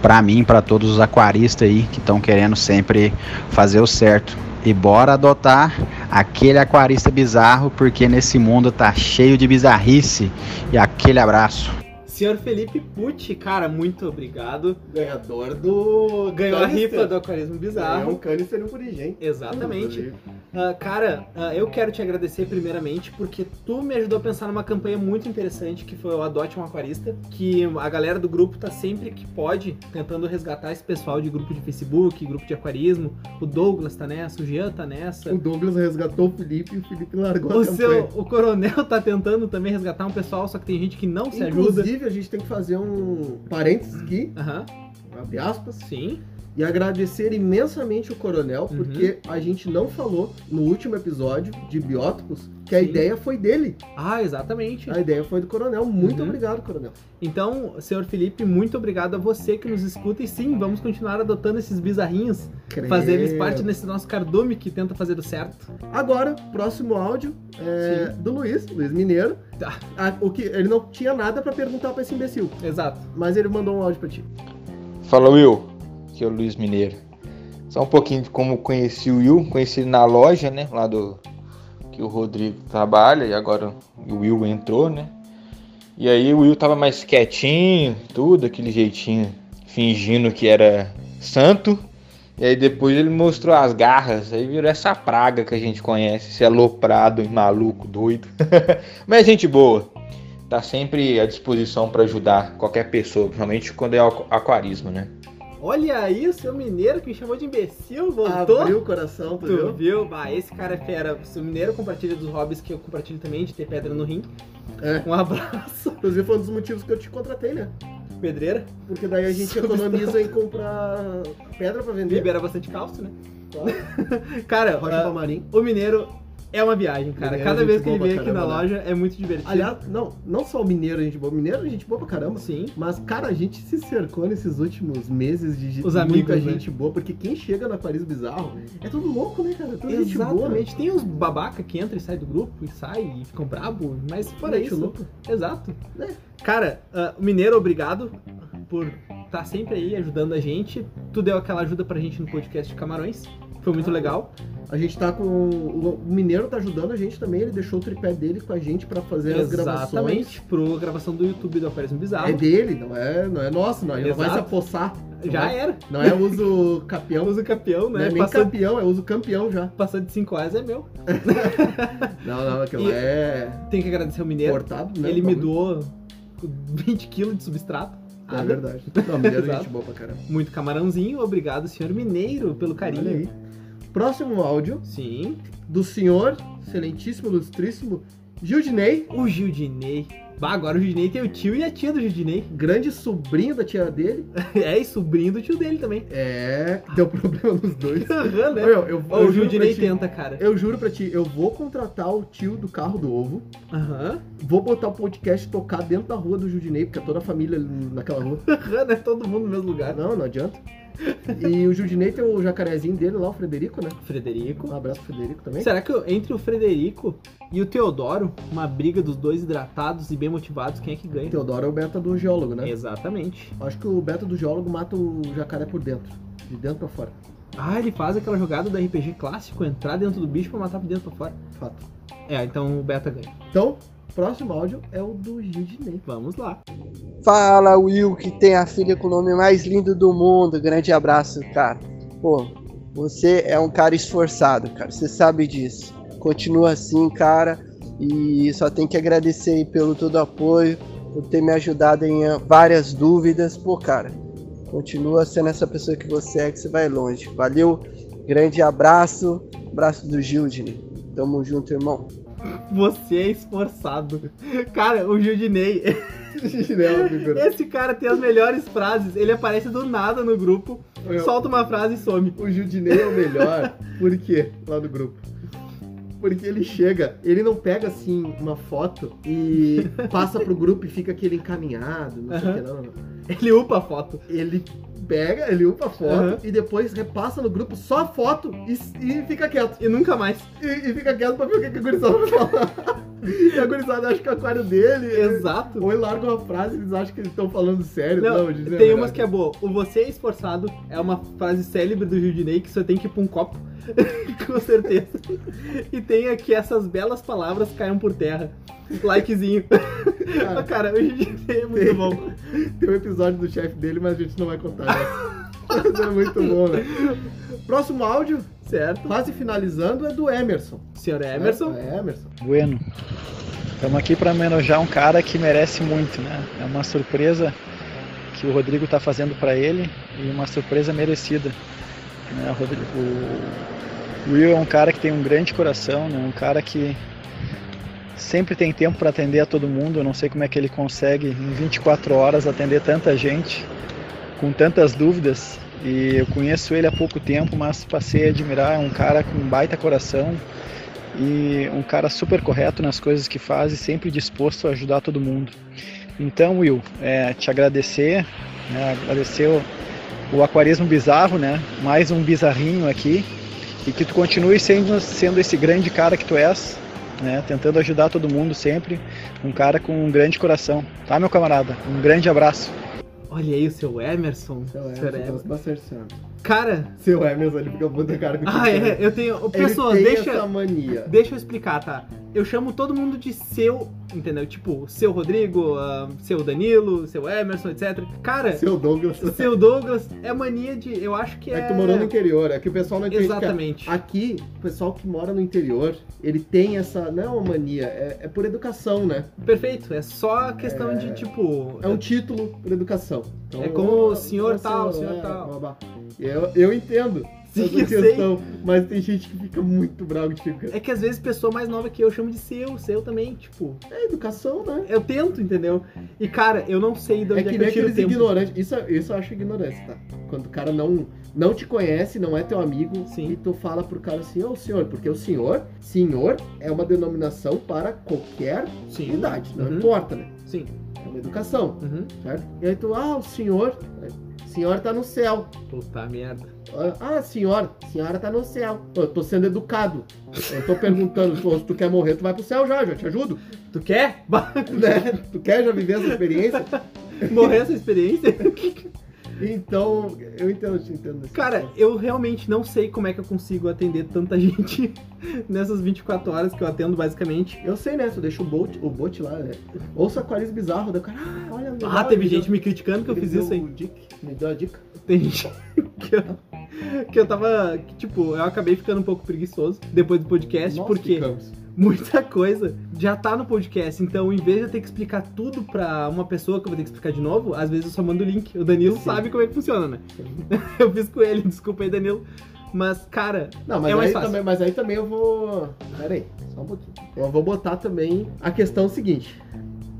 pra mim, pra todos os aquaristas aí que estão querendo sempre fazer o certo. E bora adotar aquele aquarista bizarro, porque nesse mundo tá cheio de bizarrice. E aquele abraço. Senhor Felipe Pucci, cara, muito obrigado. Ganhador Do... Ganhou a Canister. rifa do Aquarismo Bizarro. É um canister e um Corigem. Exatamente. Ah, cara, ah, eu quero te agradecer primeiramente porque tu me ajudou a pensar numa campanha muito interessante que foi o Adote um Aquarista, que a galera do grupo tá sempre que pode tentando resgatar esse pessoal de grupo de Facebook, grupo de aquarismo. O Douglas tá nessa, o Jean tá nessa. O Douglas resgatou o Felipe e o Felipe largou O, a seu, campanha. o coronel tá tentando também resgatar um pessoal, só que tem gente que não se ajuda. Inclusive, a gente tem que fazer um parênteses aqui, Aham, abre aspas, sim. e agradecer imensamente o Coronel, Uhum. porque a gente não falou no último episódio de biótopos que a Sim. ideia foi dele. Ah, exatamente. A ideia foi do Coronel. Muito Uhum. obrigado, Coronel. Então, senhor Felipe, muito obrigado a você que nos escuta e sim, vamos continuar adotando esses bizarrinhos. fazer eles Credo. parte desse nosso cardume que tenta fazer o certo. Agora, próximo áudio é do Luiz, Luiz Mineiro. Tá. Ah, o que ele não tinha nada pra perguntar pra esse imbecil, Exato. mas ele mandou um áudio pra ti. Fala Will, aqui é o Luiz Mineiro. Só um pouquinho de como conheci o Will, conheci ele na loja, né? Lá do que o Rodrigo trabalha e agora o Will entrou, né? E aí o Will tava mais quietinho, tudo, aquele jeitinho, fingindo que era santo. E aí depois ele mostrou as garras, aí virou essa praga que a gente conhece, esse aloprado, e maluco, doido. Mas gente boa, tá sempre à disposição pra ajudar qualquer pessoa, principalmente quando é aqu- é aquarismo, né? Olha aí o seu mineiro que me chamou de imbecil, voltou. Abriu o coração, tu Tu viu? viu? Bah, esse cara é fera. Se o mineiro compartilha dos hobbies que eu compartilho também, de ter pedra no rim. É. Um abraço, Inclusive foi um dos motivos que eu te contratei, né? pedreira. Porque daí a gente economiza em comprar pedra pra vender. é. Libera bastante cálcio, né? cara, Rocha ah, Palmarim. o mineiro é uma viagem, cara. Mineiro é Cada gente vez que ele boa vem pra aqui na caramba, né? loja é muito divertido. Aliás, não, não só o mineiro a gente boa. Mineiro a gente boa pra caramba. sim. Mas, cara, a gente se cercou nesses últimos meses de gente- Os amigos, muita né? gente boa, porque quem chega na Paris Bizarro é tudo louco, né, cara? É tudo gente boa. né? Exatamente. Tem uns babaca que entra e sai do grupo e sai e ficam brabo, mas fora Gente É isso. louca. Exato. É. Cara, ah, o Mineiro, obrigado por estar sempre aí ajudando a gente. Tu deu aquela ajuda pra gente no podcast de Camarões. Foi muito legal. A gente tá com. O Mineiro tá ajudando a gente também, ele deixou o tripé dele com a gente pra fazer as gravações. Exatamente. Pro gravação do YouTube do Aparece um Bizarro. É dele, não é, não é nosso, não. Ele não vai se Exato. apossar. Já é. era. Não é uso campeão, Uso campeão, não né? é nem passou, campeão, é uso campeão já. passou de 5 reais é meu. Não, não, aquilo E- é Tem que agradecer o Mineiro. cortado, né? Ele me Tá doou 20 quilos de substrato. muito- É água. verdade. Não, Mineiro é né? Exato. gente boa pra caramba. Muito camarãozinho. Obrigado, senhor Mineiro, pelo Olha carinho. aí. Próximo áudio Sim. do senhor, excelentíssimo, ilustríssimo, Gildinei, O Gildinei. Bah, agora o Gildinei tem o tio e a tia do Gildinei. grande sobrinho da tia dele. É, e sobrinho do tio dele também. É, deu problema nos dois. Aham, né? Eu, eu, eu, Ó, o juro pra Gildinei ti, tenta, cara. eu juro pra ti, eu vou contratar o tio do carro do ovo. Aham. Vou botar o podcast tocar dentro da rua do Judinei, porque é toda a família ali naquela rua. Aham, né? Todo mundo no mesmo lugar. Não, não adianta. E o Judinei tem o jacarezinho dele lá, o Frederico, né? Um Frederico. abraço pro Frederico também. Será que eu- entre o Frederico e o Teodoro, uma briga dos dois hidratados e bem motivados, quem é que O ganha? Teodoro é o beta do geólogo, né? Exatamente. Acho que o beta do geólogo mata o jacaré por dentro. De dentro pra fora. Ah, ele faz aquela jogada do RPG clássico, entrar dentro do bicho pra matar por dentro pra fora. Fato. É, então o Beta ganha. Então, próximo áudio é o do Judinei. Vamos lá. Fala, Will, que tem a filha com o nome mais lindo do mundo. Grande abraço, cara. Pô, você é um cara esforçado, cara. Você sabe disso. Continua assim, cara. E só tem que agradecer aí pelo todo o apoio, por ter me ajudado em ah, várias dúvidas. Pô, cara, continua sendo essa pessoa que você é, que você vai longe. Valeu, grande abraço. Abraço do Gildney. Tamo junto, irmão. Você é esforçado. Cara, o Gildinei, Judinei é uma figura. esse cara tem as melhores frases. Ele aparece do nada no grupo. Solta uma frase e some. O Judinei é o melhor, por quê? Lá do grupo. Porque ele chega, ele não pega assim uma foto e passa pro grupo e fica aquele encaminhado, não sei o que, não, não, não. Ele upa a foto. Ele pega, ele upa a foto Aham. e depois repassa no grupo só a foto e, e fica quieto. E nunca mais. E, e fica quieto pra ver o que, que a gurizada vai falar. E a gurizada acha que é o aquário dele. Exato. Ou ele larga uma frase e eles acham que eles estão falando sério. Não, Não, o Judinei é tem melhor. umas que é boa. O você é esforçado é uma frase célebre do Gildinei que só tem que ir pra um copo. Com certeza. E tem aqui essas belas palavras caiam por terra. Likezinho. Cara. Cara, o Gildinei é muito bom. Tem um episódio do chefe dele, mas a gente não vai contar. Né? Mas é muito bom, né? Próximo áudio, Certo? quase finalizando, é do Emerson. Senhor Emerson. É, é Emerson. Bueno, estamos aqui para homenagear um cara que merece muito, né? É uma surpresa que o Rodrigo está fazendo para ele e uma surpresa merecida. né? O, Rodrigo- o- o Will é um cara que tem um grande coração, né? um cara que sempre tem tempo para atender a todo mundo. Eu não sei como é que ele consegue em 24 horas atender tanta gente com tantas dúvidas. E eu conheço ele há pouco tempo, mas passei a admirar. É um cara com um baita coração, e um cara super correto nas coisas que faz e sempre disposto a ajudar todo mundo. Então, Will, é, te agradecer, né, agradecer o, o Aquarismo Bizarro, né? Mais um bizarrinho aqui e que tu continue sendo, sendo esse grande cara que tu és, né? Tentando ajudar todo mundo sempre, um cara com um grande coração, tá, meu camarada? Um grande abraço. é. Olha aí o seu Emerson. Seu Senhor É Emerson, Emerson. gosto bastante do seu Emerson. Cara. Seu Emerson, ele fica muito cara com o Ah, Judinei. é. Eu tenho. Ele Pessoas, tem deixa. essa mania. Deixa eu explicar, tá? eu chamo todo mundo de seu, entendeu? Tipo, seu Rodrigo, ah, seu Danilo, seu Emerson, etc. Cara, Seu Douglas. seu Douglas é mania de. Eu acho que é. É que tu morou no interior, é que o pessoal não entende. que é- Exatamente. Aqui, o pessoal que mora no interior, ele tem essa. Não é uma mania, é, é por educação, né? Perfeito. É só questão de, tipo. É um título por educação. É como eu- senhor eu- tal, eu- senhor é, tal. babá. Eu, eu entendo Sim, essa eu sei. questão, mas tem gente que fica muito bravo contigo. cara. É que às vezes pessoa mais nova que eu chama de seu, seu também, tipo. É educação, né? Eu tento, entendeu? E cara, eu não sei de onde é, É que que nem eu tiro o aqueles tempo. ignorantes. Isso, é, isso eu acho ignorância, tá? Quando o cara não, não te conhece, não é teu amigo, Sim. e tu fala pro cara assim, ô senhor, porque o senhor, senhor é uma denominação para qualquer Sim. idade, não Uhum. importa, né? Sim. É uma educação, Uhum. certo? E aí tu, ah, o senhor, o senhor tá no céu. Puta merda. Ah, senhora, senhora tá no céu. Eu tô sendo educado. Eu tô perguntando, pô, se tu quer morrer, tu vai pro céu já, já te ajudo. Tu quer? Bah, Né? Tu quer já viver essa experiência? Morrer essa experiência? Então, eu entendo, eu te entendo. Cara, eu realmente não sei como é que eu consigo atender tanta gente nessas 24 horas que eu atendo, basicamente. Eu sei, né? Se eu deixo o bot, o bot lá, né? Ouça aquarismo bizarro, daí o cara, ah, olha... Ah, legal, teve me deu- gente me criticando que eu me fiz deu isso aí. o dic- Me deu a dica. Tem gente que eu, que eu tava. que, tipo, eu acabei ficando um pouco preguiçoso depois do podcast, Nós porque ficamos. muita coisa já tá no podcast. Então, em vez de eu ter que explicar tudo pra uma pessoa que eu vou ter que explicar de novo, às vezes eu só mando o link. O Danilo sabe como é que funciona, né? Eu fiz com ele, desculpa aí, Danilo. Mas, cara, Não, mas, É mais aí fácil. também, mas aí também eu vou. Pera aí, só um pouquinho. Eu vou botar também a questão seguinte.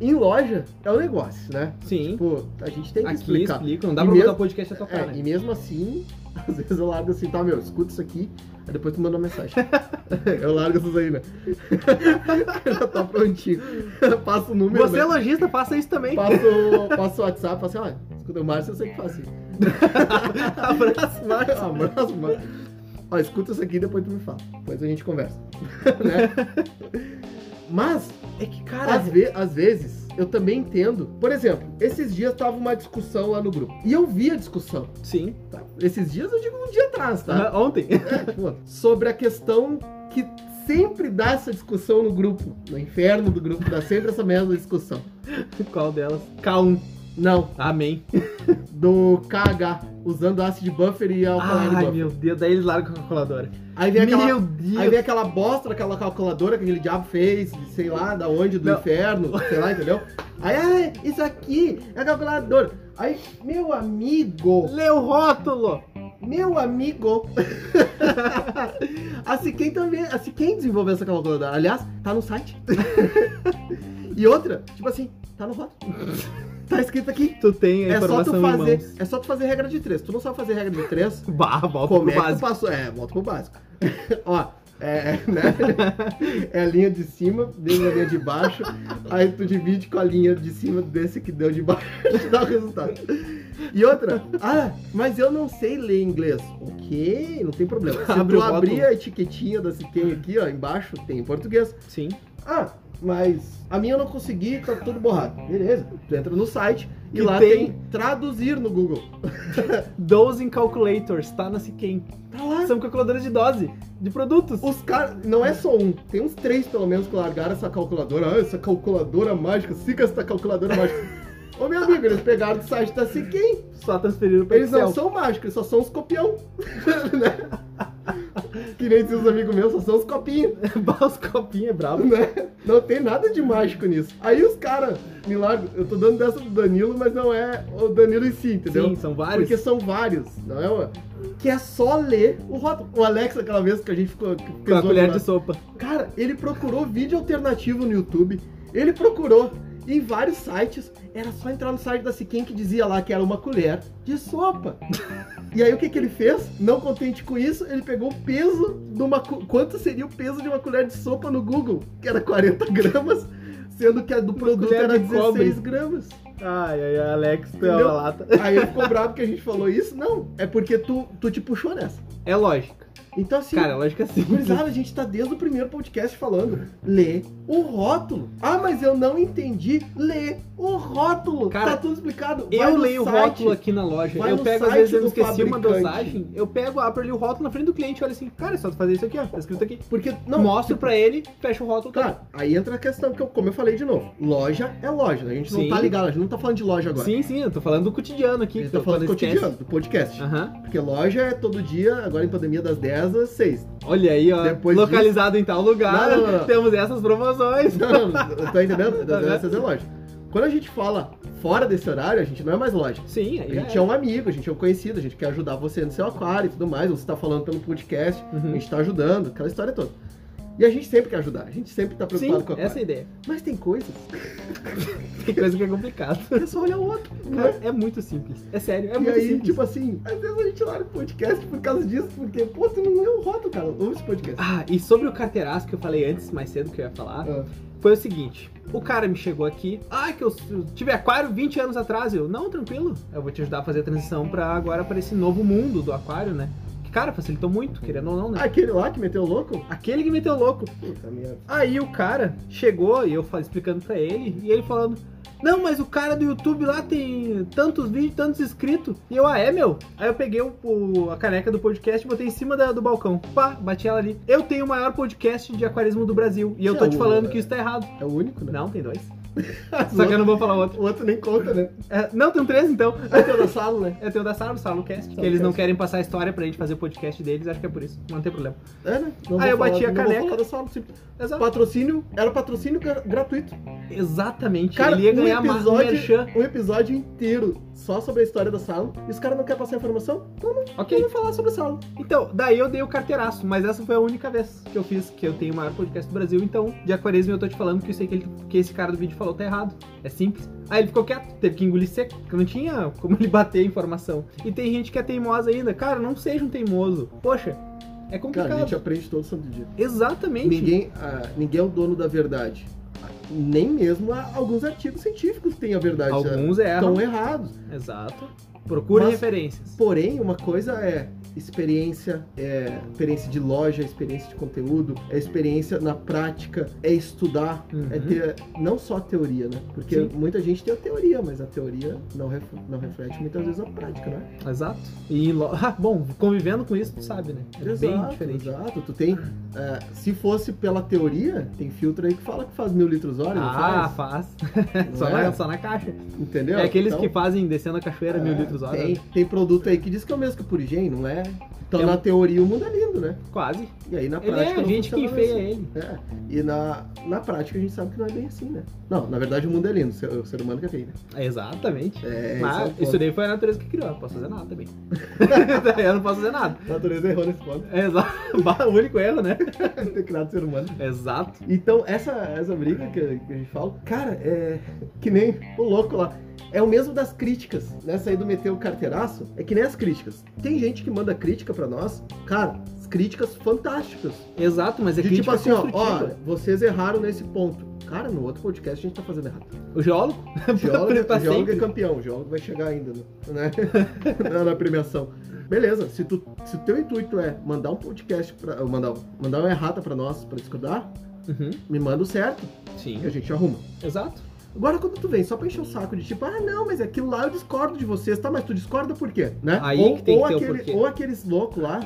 Em loja é um negócio, né? sim, Tipo, a gente tem que aqui explicar. explica, não dá E pra mesmo- botar o podcast a tua cara, É, né? e mesmo assim, às vezes eu largo assim, tá, meu, escuta isso aqui, aí depois tu manda uma mensagem. eu largo essas aí, né? Já tá prontinho. Passa o número. Você, né? lojista, faça isso também. Passa o, passa o WhatsApp, passa assim, ó, escuta, o Márcio eu sei que faz isso. Abraço, Marcos. Ah, mas, mas... Ó, escuta isso aqui e depois tu me fala. Depois a gente conversa. Né? Mas, É que, cara, às, ve- às vezes, eu também entendo. Por exemplo, esses dias tava uma discussão lá no grupo. E eu vi a discussão. sim. tá? Esses dias eu digo um dia atrás, tá? Aham, Ontem. Tipo, sobre a questão que sempre dá essa discussão no grupo. No inferno do grupo, dá sempre essa mesma discussão. Qual delas? K1. Não, Amém. do KH, usando ácido buffer e alcalino Ai, buffer. meu Deus. Daí eles largam a calculadora. Aí vem aquela Meu Deus. Aí vem aquela bosta daquela calculadora que aquele diabo fez, sei lá, da onde, do Não. inferno, sei lá, entendeu? Aí, ah, isso aqui é a calculadora. Aí, meu amigo, Lê o rótulo. meu amigo. a Siquem também, a Siquem desenvolveu essa calculadora. Aliás, tá no site. e outra, tipo assim, tá no rótulo. tá escrito aqui. Tu tem a É só, informação tu em fazer, mãos. é só tu fazer regra de três. Tu não sabe fazer regra de três, Bah, volta pro como é que tu básico. passou? É, volta pro básico. Ó, é, né? é a linha de cima, desde a linha de baixo, aí tu divide com a linha de cima desse que deu de baixo, dá o resultado. E outra, ah, mas eu não sei ler inglês. Ok, não tem problema. Se Abre tu o rótulo. abrir a etiquetinha da Siquem aqui, ó, embaixo, tem em português. Sim. Ah, mas a minha eu não consegui, tá tudo borrado. Beleza, tu entra no site e Que lá tem- tem traduzir no Google. Dosing Calculators, tá na Siquem. Tá lá. São calculadoras de dose, de produtos. Os caras, não é só um, tem uns três pelo menos que largaram essa calculadora. Ah, essa calculadora mágica, siga essa calculadora mágica. Ô meu amigo, eles pegaram do site da Siquem. Só transferiram pra Eles Excel. não são mágicos, eles só são os copião. Né? que nem diz os amigos meus, só são os copinhos. Bah, Os copinhos é brabo. Né? Não tem nada de mágico nisso. Aí os caras me largam. Eu tô dando dessa do Danilo, mas não é o Danilo em si, entendeu? Sim, são vários. Porque são vários, não é? uma- Que é só ler o rótulo. O Alex, aquela vez que a gente ficou. que Com a pesou colher lá. de sopa. Cara, ele procurou vídeo alternativo no YouTube. Ele procurou em vários sites. Era só entrar no site da Siquem que dizia lá que era uma colher de sopa. E aí o que, que ele fez? Não contente com isso, ele pegou o peso de uma. co- Quanto seria o peso de uma colher de sopa no Google? Que era 40 gramas, sendo que a do produto colher era de cobre. 16 gramas. Ai, ai, ai, Alex, tu é Entendeu? uma lata. Aí ele ficou bravo que a gente falou isso? Não, é porque tu, tu te puxou nessa. É lógica. Então, assim. Cara, lógica sim. Gurizada, a gente tá desde o primeiro podcast falando. Lê o rótulo. Ah, mas eu não entendi. Lê o rótulo. Cara, tá tudo explicado. Vai Eu no leio o site. rótulo aqui na loja. Vai eu no pego, às site vezes, eu me do esqueci uma fabricante. dosagem. Eu pego, abro ali o rótulo na frente do cliente e olho assim, cara, é só tu fazer isso aqui, ó. Tá escrito aqui. Porque. Não, Tá, Mostro pra ele, fecho o rótulo. tá. Cara, aí entra a questão, que eu, como eu falei de novo, loja é loja. né? A gente Sim. não tá ligado, a gente não tá falando de loja agora. Sim, sim, eu tô falando do cotidiano a aqui. gente que Ah. tá eu- falando do quando esquece. cotidiano, do podcast. Aham. Porque loja é todo dia, agora em pandemia das 10 às 6. Olha aí, ó. Depois localizado em tal lugar, Não, não, não. temos essas promoções. Não, não, tá entendendo? Das Aham. 10 às 6 é loja. Quando a gente fala fora desse horário, a gente não é mais loja. Sim, A aí. gente é um amigo, a gente é um conhecido, a gente quer ajudar você no seu aquário e tudo mais. Você tá falando pelo podcast, a Uhum. gente tá ajudando, aquela história toda. E a gente sempre quer ajudar, a gente sempre tá Sim, preocupado com o aquário. essa é a ideia. Mas tem coisas Tem coisa que é complicado. que é só olhar o outro. né? Cara, é muito simples. É sério, é e muito aí, simples. tipo assim, às vezes a gente larga o podcast por causa disso, porque, pô, tu não leu o rótulo, cara. Ouve esse podcast. Ah, e sobre o carteiraço que eu falei antes, mais cedo que eu ia falar, Ah. foi o seguinte: o cara me chegou aqui, ah, que eu eu tive aquário 20 anos atrás. Eu, não, tranquilo, eu vou te ajudar a fazer a transição pra agora pra esse novo mundo do aquário, né? Que, cara, facilitou muito, querendo ou não, né? Ah, Aquele lá que meteu o louco? Aquele que meteu louco. Puta merda. Aí o cara chegou e eu falei, explicando pra ele, e ele falando. Não, mas o cara do YouTube lá tem tantos vídeos, tantos inscritos. E eu, ah, é, meu? Aí eu peguei o, o- a caneca do podcast e botei em cima da- do balcão. Pá, bati ela ali. Eu tenho o maior podcast de aquarismo do Brasil. E eu tô É te o- falando que isso tá errado. É o único, né? Não, tem dois. Só que eu não vou falar outro. O outro nem conta, né? É, não, tem três então. É teu da sala, né? É tem o da Salo, Salocast. Que Salocast. eles não querem passar a história pra gente fazer o podcast deles, acho que é por isso. Não tem problema. É, né? Não Aí vou eu bati a não caneca. Vou falar da sala, simples. Exato. Patrocínio, era patrocínio gra- gratuito. Exatamente. Cara, ele ia um ganhar ma- episódio- merchan. Um episódio inteiro só sobre a história da sala. E os caras não querem passar informação? Então não Ok. vamos falar sobre a sala. Então, daí eu dei o carteiraço, mas essa foi a única vez que eu fiz, que eu tenho o maior podcast do Brasil, então, de aquarismo eu tô te falando que eu sei que, ele- que esse cara do vídeo falou tá errado. É simples. Aí ele ficou quieto, teve que engolir seco, porque não tinha como ele bater a informação. E tem gente que é teimosa ainda. Cara, não seja um teimoso. Poxa, é complicado. Cara, a gente aprende todo santo dia. Exatamente. Ninguém, ah, ninguém é o dono da verdade. Nem mesmo ah, alguns artigos científicos têm a verdade. ah, Alguns erram. Estão errados. Exato. Procure é- Mas- referências. Porém, uma coisa é experiência, é experiência de loja, é experiência de conteúdo, é experiência na prática, é estudar, Uhum. é ter não só a teoria, né? Porque Sim. muita gente tem a teoria, mas a teoria não, ref- não reflete muitas vezes a prática, né? Exato. E, em lo- ah, bom, convivendo com isso, tu sabe, né? É bem diferente. exato. Tu tem, é, se fosse pela teoria, tem filtro aí que fala que faz mil litros hora, não Ah, faz? faz. Não só, é? na, só na caixa. Entendeu? É aqueles Então, que fazem descendo a cachoeira mil é, litros hora. Tem, tem produto aí que diz que é o mesmo que o Purigen, não é? Então, É um- na teoria, o mundo é lindo, né? Quase. E aí, na Ele prática, é a não gente que funciona enfeia assim. ele. É, e na, na prática a gente sabe que não é bem assim, né? Não, na verdade o mundo é lindo, o ser, o ser humano que é feio, né? É, Exatamente. É, esse é o Mas ponto. isso daí foi a natureza que criou. Eu não posso fazer nada também. eu não posso fazer nada. A natureza errou nesse ponto, É exa- Bah, o único erro, né? ter criado ser humano. Exato. Então, essa, essa briga que, que a gente fala, cara, é que nem o louco lá. É o mesmo das críticas, nessa aí do meter o carteiraço, é que nem as críticas. Tem gente que manda crítica pra nós, cara, as críticas fantásticas. Exato, mas é De que tipo assim, ó, ó, vocês erraram nesse ponto. Cara, no outro podcast a gente tá fazendo errado. O geólogo? Geólogo, Pra geólogo tá sempre. é campeão, o geólogo vai chegar ainda né? na, na premiação. Beleza, se, tu, se o teu intuito é mandar um podcast, pra, mandar, mandar uma errata pra nós pra discordar, Uhum, me manda o certo e a Sim. gente arruma. Exato. Agora quando tu vem só pra encher o saco de tipo, ah não, mas aquilo lá eu discordo de vocês, tá? Mas tu discorda por quê? Né? Aí ou, que tem ou que ter o aquele- porquê. ou aqueles loucos lá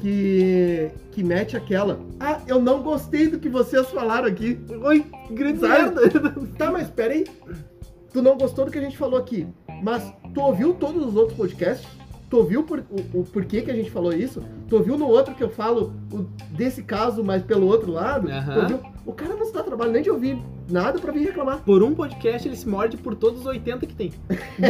que, que mete aquela, ah, eu não gostei do que vocês falaram aqui. Oi, grande Sabe? merda. Tá, mas pera aí. Tu não gostou do que a gente falou aqui, mas tu ouviu todos os outros podcasts? Tu ouviu por- o, o porquê que a gente falou isso? Tu ouviu no outro que eu falo o- desse caso, mas pelo outro lado? Aham. Tu ouviu? O cara não se dá trabalho nem de ouvir nada pra vir reclamar. Por um podcast ele se morde por todos os 80 que tem.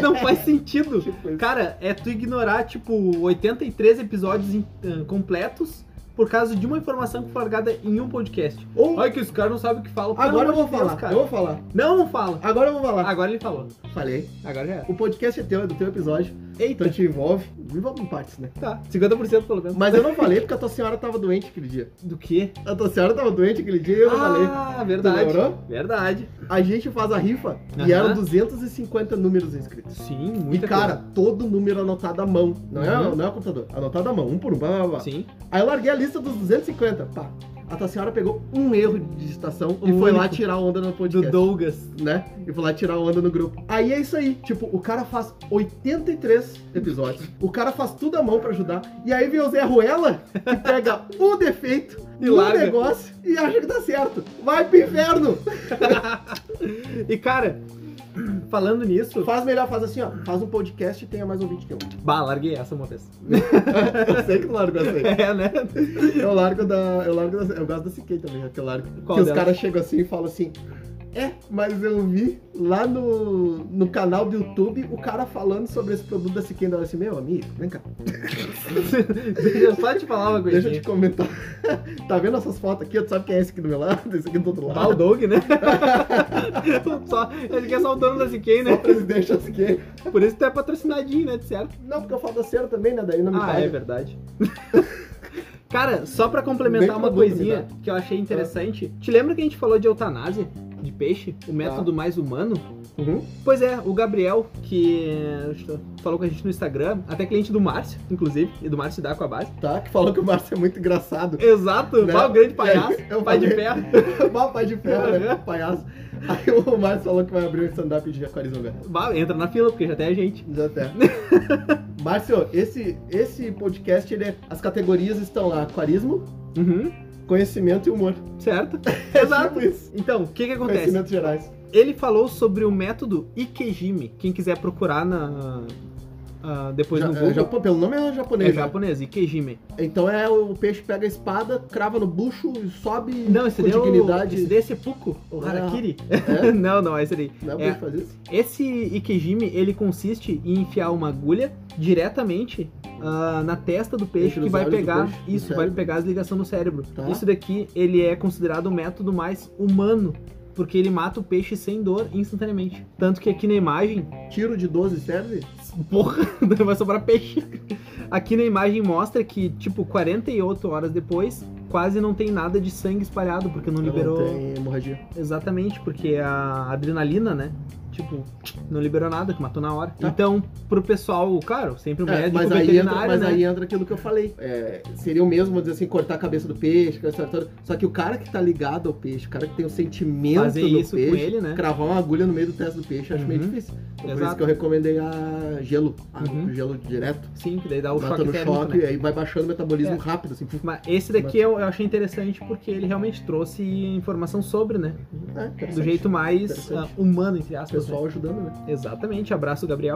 Não faz sentido. Tipo isso. Cara, é tu ignorar, tipo, 83 episódios em- ah, completos por causa de uma informação que foi largada em um podcast. Ou- Olha que os caras não sabem o que falam. Pelo Agora eu amor vou de Deus, falar. cara. eu vou falar. Não, não fala. Agora eu vou falar. Agora ele falou. Falei. Agora já era. O podcast é teu, é do teu episódio. Eita, Então te envolve. Envolve em partes, né? tá. 50% pelo menos. Mas eu não falei porque a tua senhora tava doente aquele dia. Do quê? A tua senhora tava doente aquele dia e eu não falei. Ah, verdade. lembrou? Verdade. A gente faz a rifa Aham. e eram 250 números inscritos. Sim, E muita cara, todo número anotado à mão. Não, é, Uhum. não é o computador, anotado à mão, um por um. Blá, blá, blá. coisa. Sim. Aí eu larguei a lista dos 250. Pá. A tua senhora pegou um erro de digitação e O foi lá Um único. tirar onda no podcast. Do Douglas. né? E foi lá tirar onda no grupo. Aí é isso aí. Tipo, o cara faz 83 episódios. O cara faz tudo à mão pra ajudar. E aí vem o Zé Ruela que pega um defeito E e um larga. negócio e acha que tá certo. Vai pro inferno! E cara, falando nisso. Faz melhor, faz assim, ó. Faz um podcast e tenha mais um 20 que eu. Bah, larguei essa uma vez. Eu sei que tu larga essa aí. É, né? Eu largo da. Eu largo da. Eu gosto da CK também, é que eu largo. Qual que os delas? caras chegam assim e falam assim. É, mas eu vi lá no, no canal do YouTube o cara falando sobre esse produto da Siquem da assim, meu amigo, vem cá, Deixa eu só te falar uma coisinha. deixa eu te comentar. tá vendo essas fotos aqui? Tu sabe quem é esse aqui do meu lado, esse aqui do outro Ah, o lado? Doug, né? Só- ele quer só o dono da CK, Só o né? presidente da Siquem. Por isso tu é patrocinadinho, né? De certo. Não, porque eu falo da cera também, né? Daí não me Ah, paga. é verdade. Cara, só pra complementar Nem uma produto me coisinha que eu Ah. achei interessante. Te lembra que a gente falou de eutanásia de peixe? Tá. O método mais humano? Uhum. Pois é, o Gabriel, que falou com a gente no Instagram, até cliente do Márcio, inclusive, e do Márcio da Aquabase. Tá, que falou que o Márcio é muito engraçado. Exato, Né? vai o grande palhaço, É, eu pai de falei. pé. Mó pai de ferro, né? Palhaço. Aí o Márcio falou que vai abrir um stand-up de Jacarizão, velho. Bah, entra na fila, porque já tem a gente. Já até. Márcio, esse, esse podcast, ele é- as categorias estão lá: aquarismo, Uhum, conhecimento e humor. certo? É Exato. tipo isso. Então, o que que acontece? Conhecimentos gerais. Ele falou sobre o método Ikejime. Quem quiser procurar na ah, depois Ja- no é, Google. Japo- pelo nome é japonês. É né? japonês, Ikejime. Então é o peixe pega a espada, crava no bucho e sobe Não, esse com daí é o, dignidade. esse daí é seppuku, o Ah. harakiri. É? não, não, é esse daí. Não é pra É. gente fazer isso? Esse Ikejime, ele consiste em enfiar uma agulha diretamente ah, na testa do peixe Entre que os vai olhos do pegar peixe, no isso, vai cérebro. pegar as ligações no cérebro. Tá. Isso daqui, ele é considerado o método mais humano. Porque ele mata o peixe sem dor instantaneamente. Tanto que aqui na imagem Tiro de 12 serve? Porra, não vai sobrar peixe. Aqui na imagem mostra que, tipo, 48 horas depois, quase não tem nada de sangue espalhado, porque não liberou. Não tem hemorragia. Exatamente, porque a adrenalina, né? Tipo, não liberou nada, que matou na hora. Então, pro pessoal, claro, sempre o Tá. É, médico, mas aí, entra, veterinário, mas né? aí entra aquilo que eu falei. É, seria o mesmo, vamos dizer assim, cortar a cabeça do peixe, aquela história toda. Só que o cara que tá ligado ao peixe, o cara que tem o sentimento Fazer do isso com peixe, ele, né? É. cravar uma agulha no meio do teste do peixe, eu acho meio Uhum. difícil. Então, por isso Exato. que eu recomendei a gelo, a Uhum. gelo direto. Sim, que daí dá o Bota choque no térmico, É choque, né? aí vai baixando o metabolismo É. rápido, assim. puf. Mas esse daqui eu, eu achei interessante porque ele realmente trouxe informação sobre, né? É, Do interessante. jeito mais Interessante. ah, humano, entre O aspas. né? pessoal ajudando, né? Exatamente, abraço, Gabriel.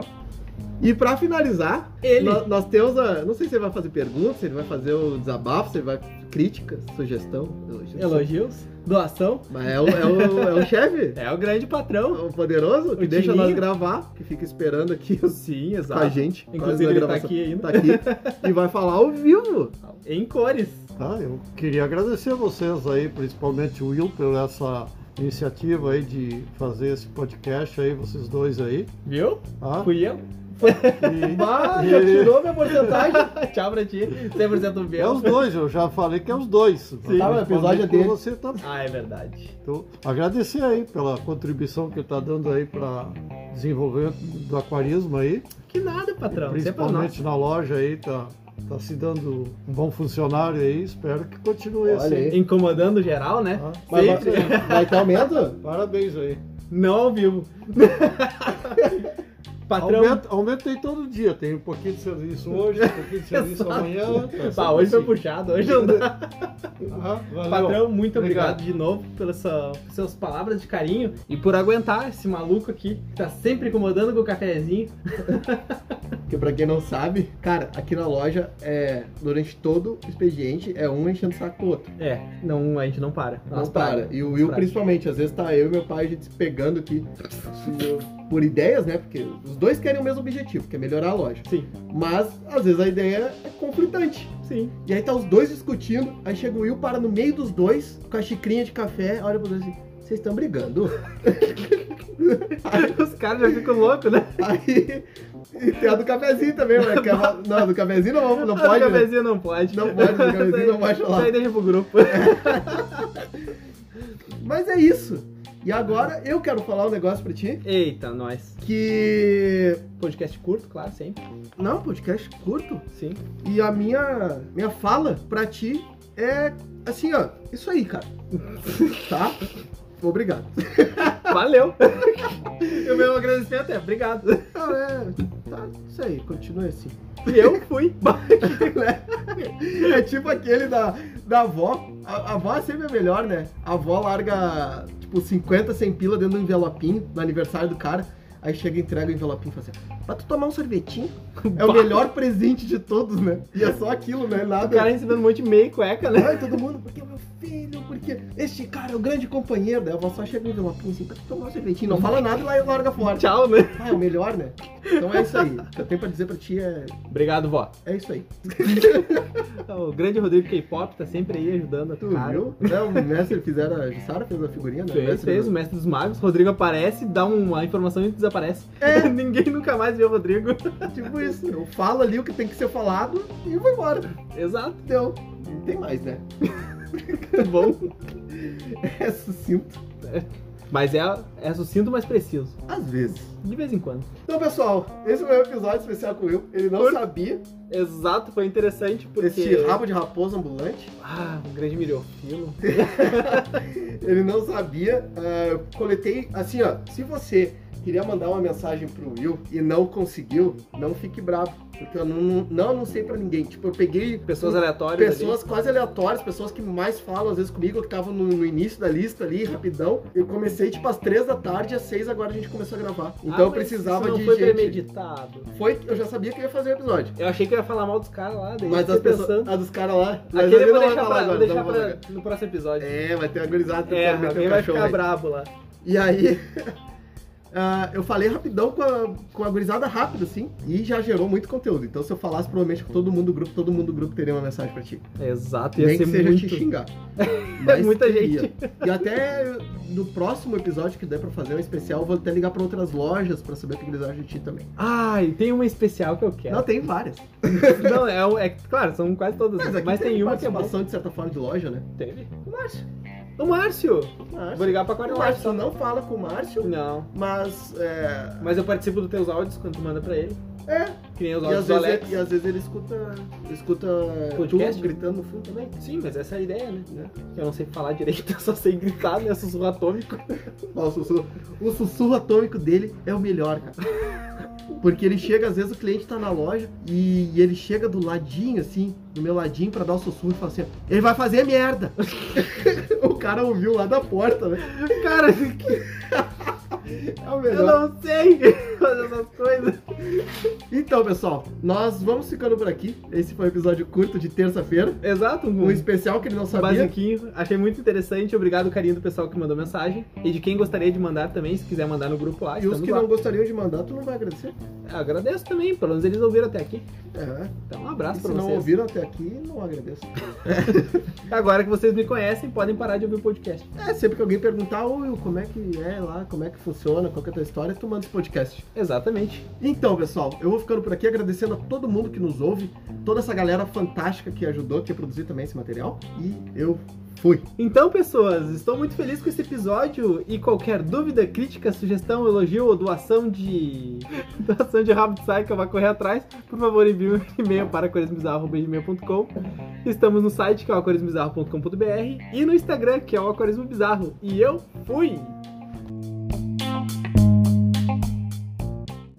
E pra finalizar, Ele. nó- Nós, temos a. Não sei se ele vai fazer pergunta, se ele vai fazer o desabafo, se ele vai. Crítica, sugestão, elogio. Elogios, doação. Mas é o, é o, é o chefe. É o grande patrão. O poderoso que O deixa Tininho. nós gravar, que fica esperando aqui Sim, com a gente. Inclusive Nós ele tá gravação. aqui ainda. Tá aqui e vai falar ao vivo. Em cores. Tá, eu queria agradecer a vocês aí, principalmente o Will, por essa iniciativa aí de fazer esse podcast aí, vocês dois aí. Viu? Tá? Fui eu. Ah, já tirou minha porcentagem. Tchau pra ti. 100% É meu. os dois, eu já falei que é os dois. Tá, mas o episódio é Principalmente por dele. Você também. Ah, é verdade. Então, agradecer aí pela contribuição que está dando aí para desenvolvimento do aquarismo aí. Que nada, patrão. Você é pra nós. Principalmente na loja aí, tá, tá se dando um bom funcionário aí. Espero que continue Olha assim. aí. Incomodando geral, né? tá? Ah, Mas Sempre. vai, vai ter aumento? Parabéns aí. Não ao vivo. patrão. Aumenta, aumenta aí todo dia. Tem um pouquinho de serviço hoje, um pouquinho de serviço Exato. amanhã. Tá é Bah, sempre hoje foi assim. puxado, hoje não dá. Aham, Ah, valeu. Patrão, muito obrigado, Obrigado. de novo pelas sua- suas palavras de carinho e por aguentar esse maluco aqui que tá sempre incomodando com o cafezinho. que pra quem não sabe, cara, aqui na loja, é, durante todo o expediente, é um enchendo o saco do outro. É, não, a gente não para. Não Nós para. para. E o Nós Will, para. principalmente, às vezes tá eu e meu pai, a gente se pegando aqui por ideias, né? Porque os dois querem o mesmo objetivo, que é melhorar a loja. Sim. Mas, às vezes, a ideia é conflitante. Sim. E aí tá os dois discutindo, aí chega o Will, para no meio dos dois, com a xicrinha de café, olha pros dois assim, vocês estão brigando? Os caras já ficam loucos, né? Aí. E tem a do cafezinho também, né? Que é uma- Não, do cafezinho não, não Ah, pode. do né? cafezinho não pode. Não pode, do cafezinho Isso aí- não pode falar. Isso aí deixa pro grupo. Mas é isso. E agora eu quero falar um negócio pra ti. Eita, nós. Que. Podcast curto, claro, sempre. Não, podcast curto. Sim. E a minha, minha fala pra ti é assim, ó. Isso aí, cara. tá? Obrigado. Valeu. E o meu agradecimento é obrigado. Não, é. Tá, isso aí, continue assim. E eu fui. É tipo aquele da, da avó. A, a avó sempre é melhor, né? A avó larga, tipo, 50, 100 pila dentro do envelopinho no aniversário do cara. Aí chega e entrega o envelopinho e fala assim: pra tu tomar um sorvetinho? É o Bah. melhor presente de todos, né? E é só aquilo, né? Nada. O cara recebendo um monte de meia cueca, né? Ai, todo mundo, porque é meu filho, porque este cara é o grande companheiro. Daí a avó só chega no envelopinho assim: pra tu tomar um sorvetinho? Não fala nada e lá- larga fora. Tchau, né? Ah, é o melhor, né? Então é isso aí. O que eu tenho pra dizer pra ti é, Obrigado, vó. é isso aí. O grande Rodrigo K-Pop tá sempre aí ajudando a Tu cara. viu? Né, o mestre fizeram, a Jussara fez a figurinha, né? O Fez, mestre fez, o mestre dos magos. Rodrigo aparece, dá uma informação e desaparece. É. Ninguém nunca mais vê o Rodrigo. Tipo isso, eu falo ali o que tem que ser falado e vou embora. Exato. Deu. Não tem mais, né? Tá bom. É sucinto. Mas é, é sucinto, mas preciso. Às vezes. De vez em quando. Então, pessoal, esse foi o episódio especial com o Will. Ele não Por- sabia Exato, foi interessante porque. desse rabo de raposa ambulante. Ah, um grande milhofilo. Ele não sabia. Ah, eu coletei, assim, ó. Se você queria mandar uma mensagem pro Will e não conseguiu, não fique bravo. Porque eu não, não anunciei pra ninguém. Tipo, eu peguei Pessoas aleatórias. Pessoas quase aleatórias, pessoas que mais falam às vezes comigo, que estavam no, no início da lista ali, rapidão. Eu comecei tipo às três da tarde, às seis agora a gente começou a gravar. ali. Então Ah, eu mas precisava isso não de foi gente. premeditado. Foi que eu já sabia que eu ia fazer o episódio. Eu achei que eu ia falar mal dos caras lá, daí Mas eu as fiquei pessoas, pensando. a dos caras lá, mas Aquele ele eu vou não vai deixar, falar pra, agora, então vou não deixar vai falar. pra- no próximo episódio. É, vai ter agorizado É, alguém vai ficar brabo lá. E aí, ah, eu falei rapidão com a, com a gurizada rápido, assim, e já gerou muito conteúdo. Então, se eu falasse provavelmente com todo mundo do grupo, todo mundo do grupo teria uma mensagem pra ti. Exato, ia Nem que ser seja muito... te xingar. Muita teria. gente. E até no próximo episódio que der pra fazer um especial, eu vou até ligar pra outras lojas pra saber o que eles acham de ti também. Ai, tem uma especial que eu quero. Não, tem várias. Não, é, um- é claro, são quase todas. Mas Mas, aqui tem uma que é boa. participação de certa forma de loja, né? Teve? O Márcio. O Márcio! O Márcio. Vou ligar pra O quarta Márcio só não fala com o Márcio, Não, mas é. mas eu participo dos teus áudios quando tu manda pra ele. É. Que nem os E áudios às, do vezes Alex. ele, e às vezes ele escuta. Escuta Podcast? tu gritando no fundo também. Sim, mas essa é a ideia, né? Eu não sei falar direito, eu só sei gritar, né? Sussurro atômico. É Ó, o, sussurro, o sussurro atômico dele é o melhor, cara. Porque ele chega, às vezes o cliente tá na loja e ele chega do ladinho, assim, do meu ladinho, pra dar o sussurro e fala assim: ó, ele vai fazer merda! o cara ouviu lá da porta, né? Cara, É o eu melhor. não sei fazer essas coisas. Então, pessoal, nós vamos ficando por aqui. Esse foi o episódio curto de terça-feira. Exato, um, Um especial que ele não sabia. basiquinho. Achei muito interessante. Obrigado, carinho do pessoal que mandou mensagem. E de quem gostaria de mandar também, se quiser mandar no grupo lá. Ah, E os estamos que lá. não gostariam de mandar, tu não vai agradecer? Eu Agradeço também, pelo menos eles ouviram até aqui. É. Então, um E abraço se pra não vocês. ouviram até aqui, não agradeço. Agora que vocês me conhecem, podem parar de ouvir o podcast. É, sempre que alguém perguntar, ô Will, como é que é lá, como é que funciona, qual que é a tua história, tu manda esse podcast. Exatamente. Então, pessoal, eu vou ficando por aqui agradecendo a todo mundo que nos ouve, toda essa galera fantástica que ajudou, que produziu também esse material. E eu fui. Então, pessoas, estou muito feliz com esse episódio e qualquer dúvida, crítica, sugestão, elogio ou doação de doação de rabo de saia que eu vou correr atrás, por favor, envie um e-mail para aquarismobizarro.com. Estamos no site que é o aquarismobizarro.com.br e no Instagram que é o aquarismo bizarro. E eu fui.